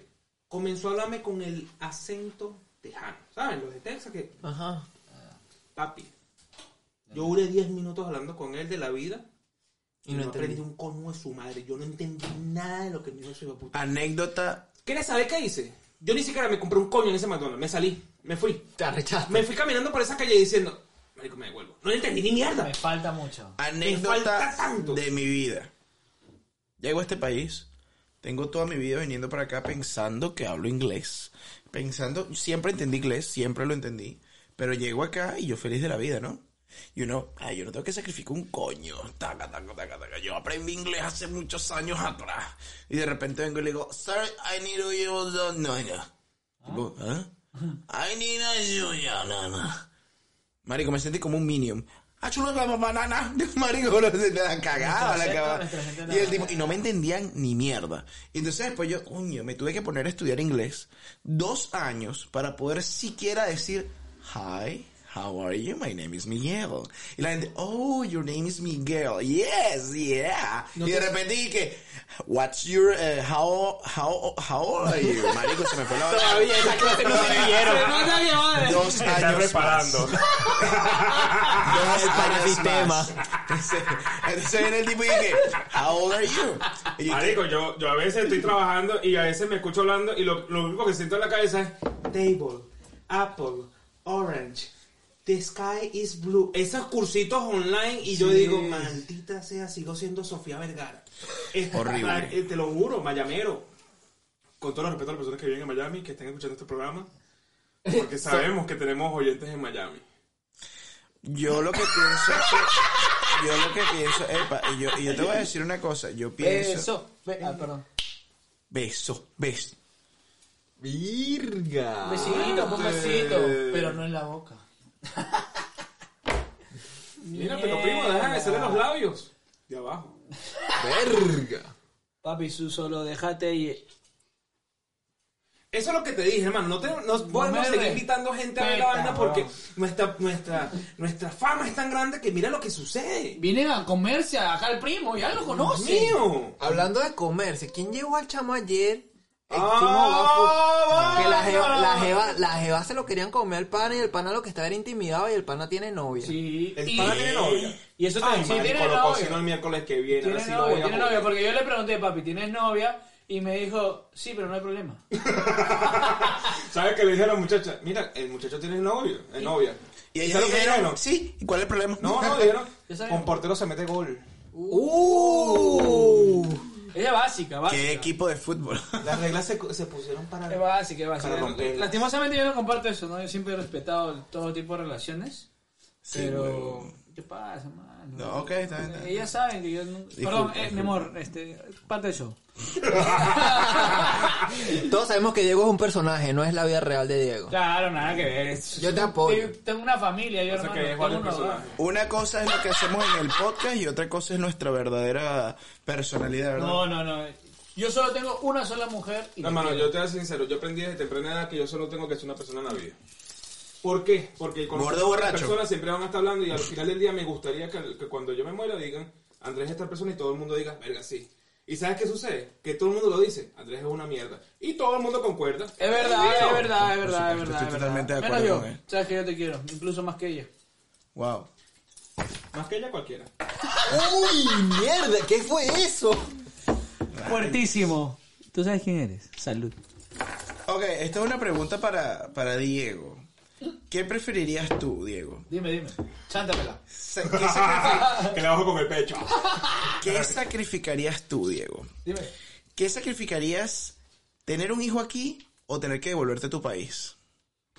Speaker 5: Comenzó a hablarme con el acento tejano. ¿Saben? Los de Texas que,
Speaker 3: Ajá.
Speaker 5: papi, yo duré 10 minutos hablando con él de la vida y,
Speaker 3: Y no
Speaker 5: no aprendí
Speaker 3: entendí.
Speaker 5: un cono de su madre. Yo no entendí nada de lo que me dijo ese hijo de puta.
Speaker 2: Anécdota.
Speaker 5: ¿Quieres saber qué hice? Yo ni siquiera me compré un coño en ese McDonald's. Me salí, me fui.
Speaker 3: Te arrechaste.
Speaker 5: Me fui caminando por esa calle diciendo, marico, me devuelvo. No entendí ni mierda.
Speaker 7: Me falta mucho.
Speaker 5: falta
Speaker 2: Anécdota
Speaker 5: tanto.
Speaker 2: de mi vida. Llego a este país, tengo toda mi vida viniendo para acá pensando que hablo inglés. Pensando, siempre entendí inglés, siempre lo entendí. Pero llego acá y yo feliz de la vida, ¿no? Y uno, ay, yo no tengo que sacrificar un coño. Taca, taca, taca, taca. Yo aprendí inglés hace muchos años atrás. Y de repente vengo y le digo, Sir, I need a you, no, no. Tipo, ¿ah? I need a you, no, no. Marico, me sentí como un minion. Ah, chulo la banana. Marico, lo la cagaba, la cagaba. Y el tipo, y no me entendían ni mierda. Y entonces después yo, coño, me tuve que poner a estudiar inglés dos años para poder siquiera decir hi. How are you? My name is Miguel. Y la gente, oh, your name is Miguel. Yes, yeah. y de repente dije, what's your, eh, how, how, how old are you? Marico, se me fue la hora.
Speaker 3: esa clase no se
Speaker 4: Manda que vale.
Speaker 2: Dos años
Speaker 8: preparando.
Speaker 2: más. Ah, Dos
Speaker 3: para
Speaker 2: años
Speaker 3: sistema.
Speaker 2: más. Entonces, entonces viene el tipo y dije, How old are you? Y yo dije,
Speaker 5: Marico, yo, yo a veces estoy trabajando y a veces me escucho hablando y lo, lo único que siento en la cabeza es table, apple, orange, the sky is blue. Esos cursitos online y yo digo, maldita sea, sigo siendo Sofía Vergara. Es-
Speaker 2: Horrible.
Speaker 5: la- eh, te lo juro, mayamero. Con todo el respeto a las personas que viven en Miami, que estén escuchando este programa, porque sabemos que tenemos oyentes en Miami.
Speaker 2: yo lo que pienso es que, yo lo que pienso, epa, y yo, y yo te voy a decir una cosa, yo pienso, beso,
Speaker 4: Eso. Ve- Ah, perdón.
Speaker 2: beso, beso.
Speaker 5: Ah,
Speaker 3: Virga.
Speaker 4: Besito, un besito. Pero no en la boca.
Speaker 5: Mira, pero primo, deja de salir los labios. De abajo.
Speaker 3: Verga.
Speaker 4: Papi, su solo déjate y.
Speaker 5: Eso es lo que te dije, hermano. No, te, no podemos
Speaker 4: me
Speaker 5: seguir
Speaker 4: re-
Speaker 5: invitando gente a ver la
Speaker 4: Peta,
Speaker 5: vaina porque
Speaker 4: weón.
Speaker 5: nuestra, nuestra, nuestra fama es tan grande que mira lo que sucede.
Speaker 4: Vienen a comerse acá al primo, ya lo
Speaker 5: ¡Dios
Speaker 4: conocen.
Speaker 5: mío!
Speaker 3: Hablando de comerse, ¿quién llevó al chamo ayer? El
Speaker 5: Ah,
Speaker 3: Timo Gafu. que la jeva,
Speaker 5: vaya.
Speaker 3: la, jeva, la jeva se lo querían comer al pana y el pana lo que estaba era intimidado y el pana tiene novia.
Speaker 4: Sí.
Speaker 5: El
Speaker 4: y-
Speaker 5: pana tiene novia.
Speaker 4: Y eso
Speaker 5: Ay,
Speaker 4: también. Sí,
Speaker 5: marico,
Speaker 4: tiene
Speaker 5: lo
Speaker 4: novia.
Speaker 5: cocino el miércoles que viene.
Speaker 4: Tiene
Speaker 5: así lo voy
Speaker 4: novia,
Speaker 5: a
Speaker 4: tiene
Speaker 5: joder.
Speaker 4: novia, porque yo le pregunté, papi, ¿tienes novia? Y me dijo, sí, pero no hay problema.
Speaker 5: ¿Sabes qué le dije a la muchacha? Mira, el muchacho tiene novio, eh, novia.
Speaker 2: Y
Speaker 5: ¿Y
Speaker 2: ellos
Speaker 5: sabes lo que
Speaker 2: dijeron,
Speaker 5: dijeron?
Speaker 2: sí, ¿y cuál es el problema?
Speaker 5: No, no, dijeron,
Speaker 4: Ya sabemos.
Speaker 5: con portero se mete gol. "Uh".
Speaker 4: Ella es básica, básica.
Speaker 2: ¿Qué equipo de fútbol?
Speaker 5: Las reglas se, se pusieron para...
Speaker 4: Es básica, es básica.
Speaker 5: Para romperlas.
Speaker 4: Lastimosamente yo no comparto eso, ¿no? Yo siempre he respetado todo tipo de relaciones. pero... ¿Qué pasa, mano?
Speaker 2: No, ok, está bien, está bien.
Speaker 4: Ellas saben que yo... no- Perdón, eh, mi amor, este, parte del show.
Speaker 3: Todos sabemos que Diego es un personaje, no es la vida real de Diego.
Speaker 4: Claro, nada que ver. es-
Speaker 3: Yo te apoyo.
Speaker 4: Yo Tengo una familia, yo
Speaker 5: O sea,
Speaker 4: hermano,
Speaker 5: que es
Speaker 4: tengo
Speaker 5: varios
Speaker 4: un hogar.
Speaker 5: personajes.
Speaker 2: Una cosa es lo que hacemos en el podcast y otra cosa es nuestra verdadera personalidad, ¿verdad?
Speaker 4: No, no, no. Yo solo tengo una sola mujer y
Speaker 5: No,
Speaker 4: la
Speaker 5: hermano,
Speaker 4: quiero.
Speaker 5: yo te voy a ser sincero, yo aprendí desde temprana edad que yo solo tengo que ser una persona en la vida. ¿Por qué? Porque con
Speaker 2: Gordo
Speaker 5: las
Speaker 2: borracho.
Speaker 5: personas siempre van a estar hablando y al final del día me gustaría que, que cuando yo me muera digan, Andrés es esta persona y todo el mundo diga, verga, sí. ¿Y sabes qué sucede? Que todo el mundo lo dice, Andrés es una mierda. Y todo el mundo concuerda.
Speaker 4: Es verdad,
Speaker 5: Digo,
Speaker 4: es verdad, es verdad, es
Speaker 2: supuesto,
Speaker 4: verdad.
Speaker 2: estoy
Speaker 4: es verdad.
Speaker 2: totalmente de
Speaker 4: Menos
Speaker 2: acuerdo
Speaker 4: yo.
Speaker 2: con él.
Speaker 4: Sabes que yo te quiero, incluso más que ella.
Speaker 2: Wow.
Speaker 5: Más que ella cualquiera.
Speaker 3: ¡Uy, mierda! ¿Qué fue eso?
Speaker 6: Fuertísimo. ¿Tú sabes quién eres? Salud.
Speaker 2: Ok, esta es una pregunta para, para Diego. ¿Qué preferirías tú, Diego?
Speaker 4: Dime, dime. Chántamela.
Speaker 2: Sa- ¿Qué, sacrifi-
Speaker 5: que le bajo con el pecho.
Speaker 2: qué sacrificarías tú, Diego?
Speaker 4: Dime.
Speaker 2: ¿Qué sacrificarías tener un hijo aquí o tener que devolverte a tu país?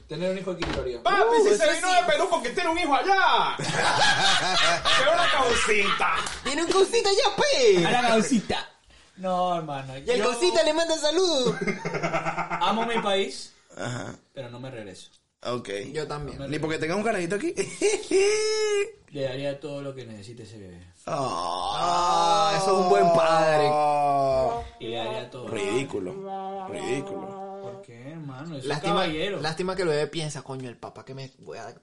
Speaker 4: Tener un hijo aquí, Gloria.
Speaker 5: Papi,
Speaker 3: Uh,
Speaker 5: si
Speaker 3: eso
Speaker 5: se vino
Speaker 3: sí.
Speaker 5: de Perú porque tiene un hijo allá. ¡Qué una causita!
Speaker 3: ¡Tiene un cosita ya,
Speaker 6: A
Speaker 3: pe!
Speaker 6: la causita.
Speaker 4: No, hermano.
Speaker 3: Y el
Speaker 4: yo
Speaker 3: cosita le manda saludos.
Speaker 4: amo mi país,
Speaker 2: Ajá,
Speaker 4: pero no me regreso.
Speaker 2: ok.
Speaker 3: Yo también.
Speaker 2: Ni porque tenga un carajito aquí.
Speaker 4: Le daría todo lo que necesite ese bebé.
Speaker 2: Ah,
Speaker 3: eso es un buen padre.
Speaker 4: Y le daría todo.
Speaker 2: Ridículo, ridículo.
Speaker 4: ¿Por qué, hermano? Es un
Speaker 3: Lástima,
Speaker 4: caballero.
Speaker 3: lástima que el bebé piensa, coño, el papá que me voy a dar.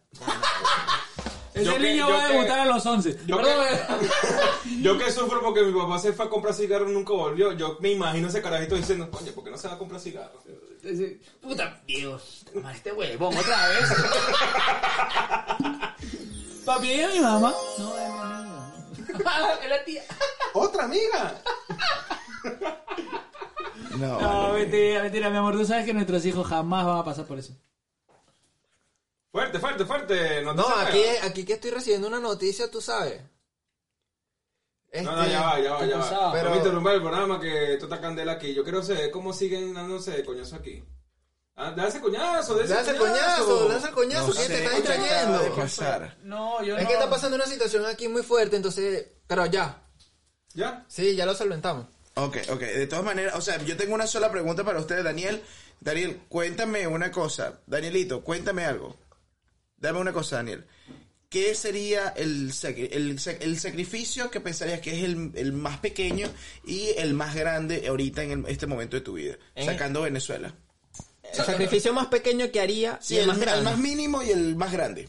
Speaker 5: Yo
Speaker 6: Ese
Speaker 5: que-
Speaker 6: niño
Speaker 5: yo
Speaker 6: va a
Speaker 5: que-
Speaker 6: debutar a los 11.
Speaker 5: Yo que, yo que sufro porque mi papá se fue a comprar cigarro y nunca volvió. Yo me imagino ese carajito diciendo, coño, ¿por qué no se va a comprar cigarro?
Speaker 4: Puta, Diego. toma Este huevón, otra vez.
Speaker 6: Papi, ella es mi mamá.
Speaker 4: Es la tía.
Speaker 5: ¡Otra amiga!
Speaker 2: No,
Speaker 6: No,
Speaker 2: vale.
Speaker 6: mentira, mentira, mi amor. Tú sabes que nuestros hijos jamás van a pasar por eso.
Speaker 5: Fuerte, fuerte, fuerte. No, te
Speaker 3: No,
Speaker 5: salgas.
Speaker 3: aquí, aquí que estoy recibiendo una noticia, tú sabes. Este,
Speaker 5: No, no, ya va, ya va,
Speaker 4: ¿qué
Speaker 5: ya va.
Speaker 4: pasaba?
Speaker 5: Pero
Speaker 3: Pero-
Speaker 5: me interrumpa el programa que tú estás candela aquí. Yo quiero saber cómo siguen dándose de coñazo aquí. Ah, dale ese coñazo, dale
Speaker 3: Lanza
Speaker 5: ese
Speaker 3: el coñazo, lanza el coñazo,
Speaker 2: No
Speaker 3: ¿qué
Speaker 2: sé
Speaker 3: te estás
Speaker 2: qué acaba de
Speaker 3: distrayendo?
Speaker 2: pasar.
Speaker 4: No, yo no.
Speaker 3: Es que está pasando una situación aquí muy fuerte, entonces. Pero ya,
Speaker 5: ¿Ya?
Speaker 3: sí, ya lo solventamos.
Speaker 2: Ok, ok. De todas maneras, o sea, yo tengo una sola pregunta para ustedes, Daniel. Daniel, cuéntame una cosa. Danielito, cuéntame algo. Dame una cosa, Daniel. ¿Qué sería el, sacri- el, sac- el sacrificio que pensarías que es el, el más pequeño y el más grande ahorita en el- este momento de tu vida?
Speaker 3: ¿Eh?
Speaker 2: Sacando Venezuela.
Speaker 3: El sacrificio más pequeño que haría
Speaker 2: Sí,
Speaker 3: y el, más
Speaker 2: el
Speaker 3: grande.
Speaker 2: más mínimo y el más grande.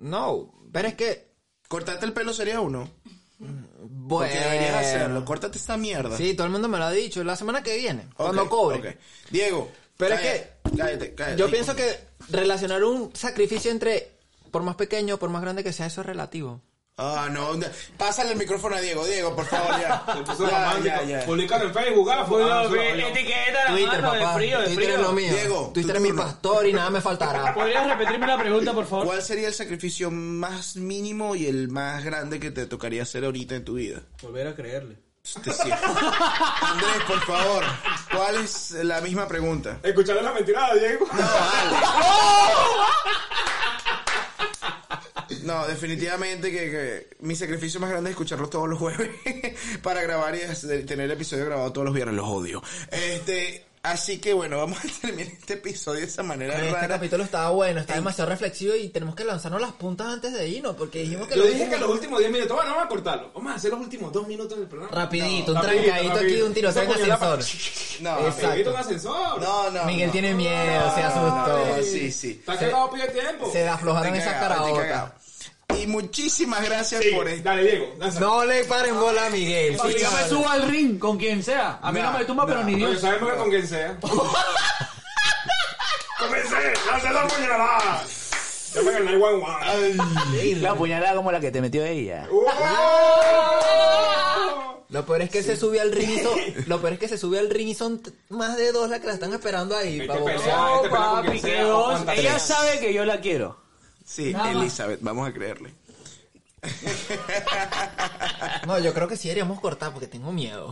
Speaker 3: No, pero es que.
Speaker 2: Cortarte el pelo sería uno.
Speaker 3: Bueno.
Speaker 2: Porque deberías hacerlo. Córtate esta mierda.
Speaker 3: Pues, Sí, todo el mundo me lo ha dicho. La semana que viene,
Speaker 2: Ok,
Speaker 3: cuando cobre.
Speaker 2: ok. Diego.
Speaker 3: Pero es
Speaker 2: cállate, Cállate, cállate.
Speaker 3: Yo pienso que relacionar un sacrificio entre. Por más pequeño, por más grande que sea, eso es relativo.
Speaker 2: Ah, no. no. Pásale el micrófono a Diego, Diego, por favor, ya.
Speaker 5: Se puso
Speaker 2: ya,
Speaker 5: romántico.
Speaker 2: ya, ya.
Speaker 5: Publicaron en Facebook, gafo. Ah, no, se lo-
Speaker 4: Etiqueta,
Speaker 3: Twitter,
Speaker 4: hermano, de
Speaker 3: papá.
Speaker 4: frío, de
Speaker 3: Twitter es
Speaker 4: frío.
Speaker 3: lo mío.
Speaker 2: Diego,
Speaker 3: Twitter
Speaker 2: tu
Speaker 3: es mi
Speaker 2: turno.
Speaker 3: pastor y nada me faltará.
Speaker 4: ¿Podrías repetirme la pregunta, por favor?
Speaker 2: ¿Cuál sería el sacrificio más mínimo y el más grande que te tocaría hacer ahorita en tu vida?
Speaker 4: Volver a creerle.
Speaker 2: Te siento. Andrés, por favor, ¿cuál es la misma pregunta?
Speaker 5: Escucharon la mentira de Diego.
Speaker 2: No, definitivamente que, que mi sacrificio más grande es escucharlos todos los jueves para grabar y hacer- tener el episodio grabado todos los viernes. Los odio. Este, Así que bueno, vamos a terminar este episodio de esa manera
Speaker 3: Este
Speaker 2: rara.
Speaker 3: capítulo estaba bueno, está demasiado reflexivo y tenemos que lanzarnos las puntas antes de irnos porque dijimos que
Speaker 5: Yo
Speaker 3: lo
Speaker 5: dije que
Speaker 3: dijimos
Speaker 5: los últimos 10 minutos, bueno, vamos a cortarlo. Vamos a hacer los últimos 2 minutos del programa.
Speaker 3: rapidito, un
Speaker 5: Rapidito,
Speaker 3: trancadito aquí,
Speaker 5: rapidito.
Speaker 3: un tiro, en
Speaker 5: Esa puñalada-
Speaker 3: ascensor.
Speaker 2: No,
Speaker 3: Exacto.
Speaker 5: Rapidito un ascensor.
Speaker 2: no, no.
Speaker 3: Miguel
Speaker 2: no.
Speaker 3: tiene miedo, se
Speaker 2: No,
Speaker 3: asustó.
Speaker 2: sí, sí.
Speaker 5: Está cagado, pide tiempo.
Speaker 3: Se aflojaron
Speaker 2: Estoy
Speaker 3: esas
Speaker 2: cagado, estoy
Speaker 3: carabotas.
Speaker 2: cagado. Y muchísimas gracias
Speaker 5: Sí,
Speaker 2: por esto.
Speaker 5: Dale, Diego. lanza.
Speaker 3: No le paren bola a Miguel.
Speaker 4: Papi, yo me subo al ring con quien sea. A mí no,
Speaker 2: Nah,
Speaker 4: me tumba,
Speaker 2: nah.
Speaker 4: pero ni
Speaker 5: Porque
Speaker 4: Dios.
Speaker 5: sabemos que con quien sea. Comencé, lanza la puñalada. Ya me gané el one one.
Speaker 6: La puñalada como la que te metió ella.
Speaker 3: Lo peor es que se sube al ring y son, lo peor es que se sube al ring y son t- más de dos las que la están esperando ahí para boxear.
Speaker 5: pelea. Ah,
Speaker 4: No,
Speaker 5: este pelado con
Speaker 4: papi,
Speaker 5: quien
Speaker 4: que
Speaker 5: sea, o
Speaker 4: dos.
Speaker 5: cuántas
Speaker 4: Ella
Speaker 5: veces.
Speaker 4: sabe que yo la quiero.
Speaker 6: Quiero.
Speaker 2: Sí, Elizabeth, vamos a creerle.
Speaker 5: este-
Speaker 3: No, yo creo que sí deberíamos cortar porque tengo miedo.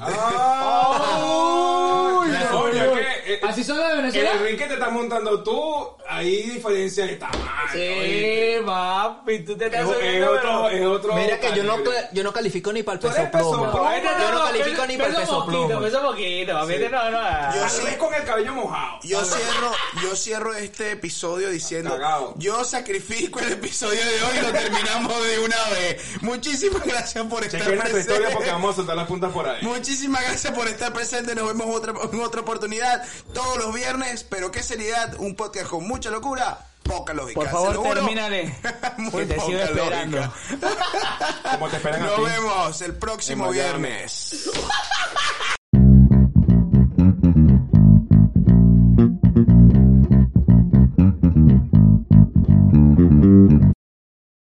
Speaker 5: Coño, es que, eh,
Speaker 4: Así son las de
Speaker 5: En el
Speaker 4: Venezuela.
Speaker 5: ring que te estás montando tú, ahí diferencia de tamaño. oye.
Speaker 4: Sí, papi, tú te
Speaker 5: Es,
Speaker 4: estás
Speaker 5: es
Speaker 4: subiendo,
Speaker 5: otro,
Speaker 4: pero-
Speaker 5: es otro.
Speaker 3: Mira que yo no,
Speaker 5: calibre.
Speaker 3: cla- yo no califico ni para el
Speaker 5: eres
Speaker 3: peso plomo.
Speaker 5: peso plomo.
Speaker 4: Ay, no,
Speaker 3: Yo no
Speaker 4: no,
Speaker 3: califico ni para el
Speaker 4: pesa
Speaker 3: peso
Speaker 4: poquito,
Speaker 3: plomo.
Speaker 4: Pesa poquito, papi, este no, no.
Speaker 2: Yo
Speaker 5: Tal
Speaker 2: sí-
Speaker 5: vez con el cabello mojado.
Speaker 2: Yo cierro, yo cierro este episodio diciendo,
Speaker 5: Cagao.
Speaker 2: yo sacrifico el episodio de hoy y lo terminamos de una vez. Muchísimas gracias por estar
Speaker 5: Chequen nuestra historia porque
Speaker 2: presente.
Speaker 5: vamos a soltar las puntas por ahí.
Speaker 2: Muchísimas gracias por estar presente. Nos vemos otra, en otra oportunidad todos los viernes. Pero qué seriedad, un podcast con mucha locura, poca lógica.
Speaker 6: Por
Speaker 2: Se
Speaker 6: favor,
Speaker 2: lo juro.
Speaker 6: termínale.
Speaker 2: Muy
Speaker 6: que te sigo
Speaker 2: poca
Speaker 6: esperando.
Speaker 2: lógica.
Speaker 5: Como te esperan a
Speaker 2: Nos
Speaker 5: ti.
Speaker 2: vemos el próximo
Speaker 5: En Miami.
Speaker 2: viernes.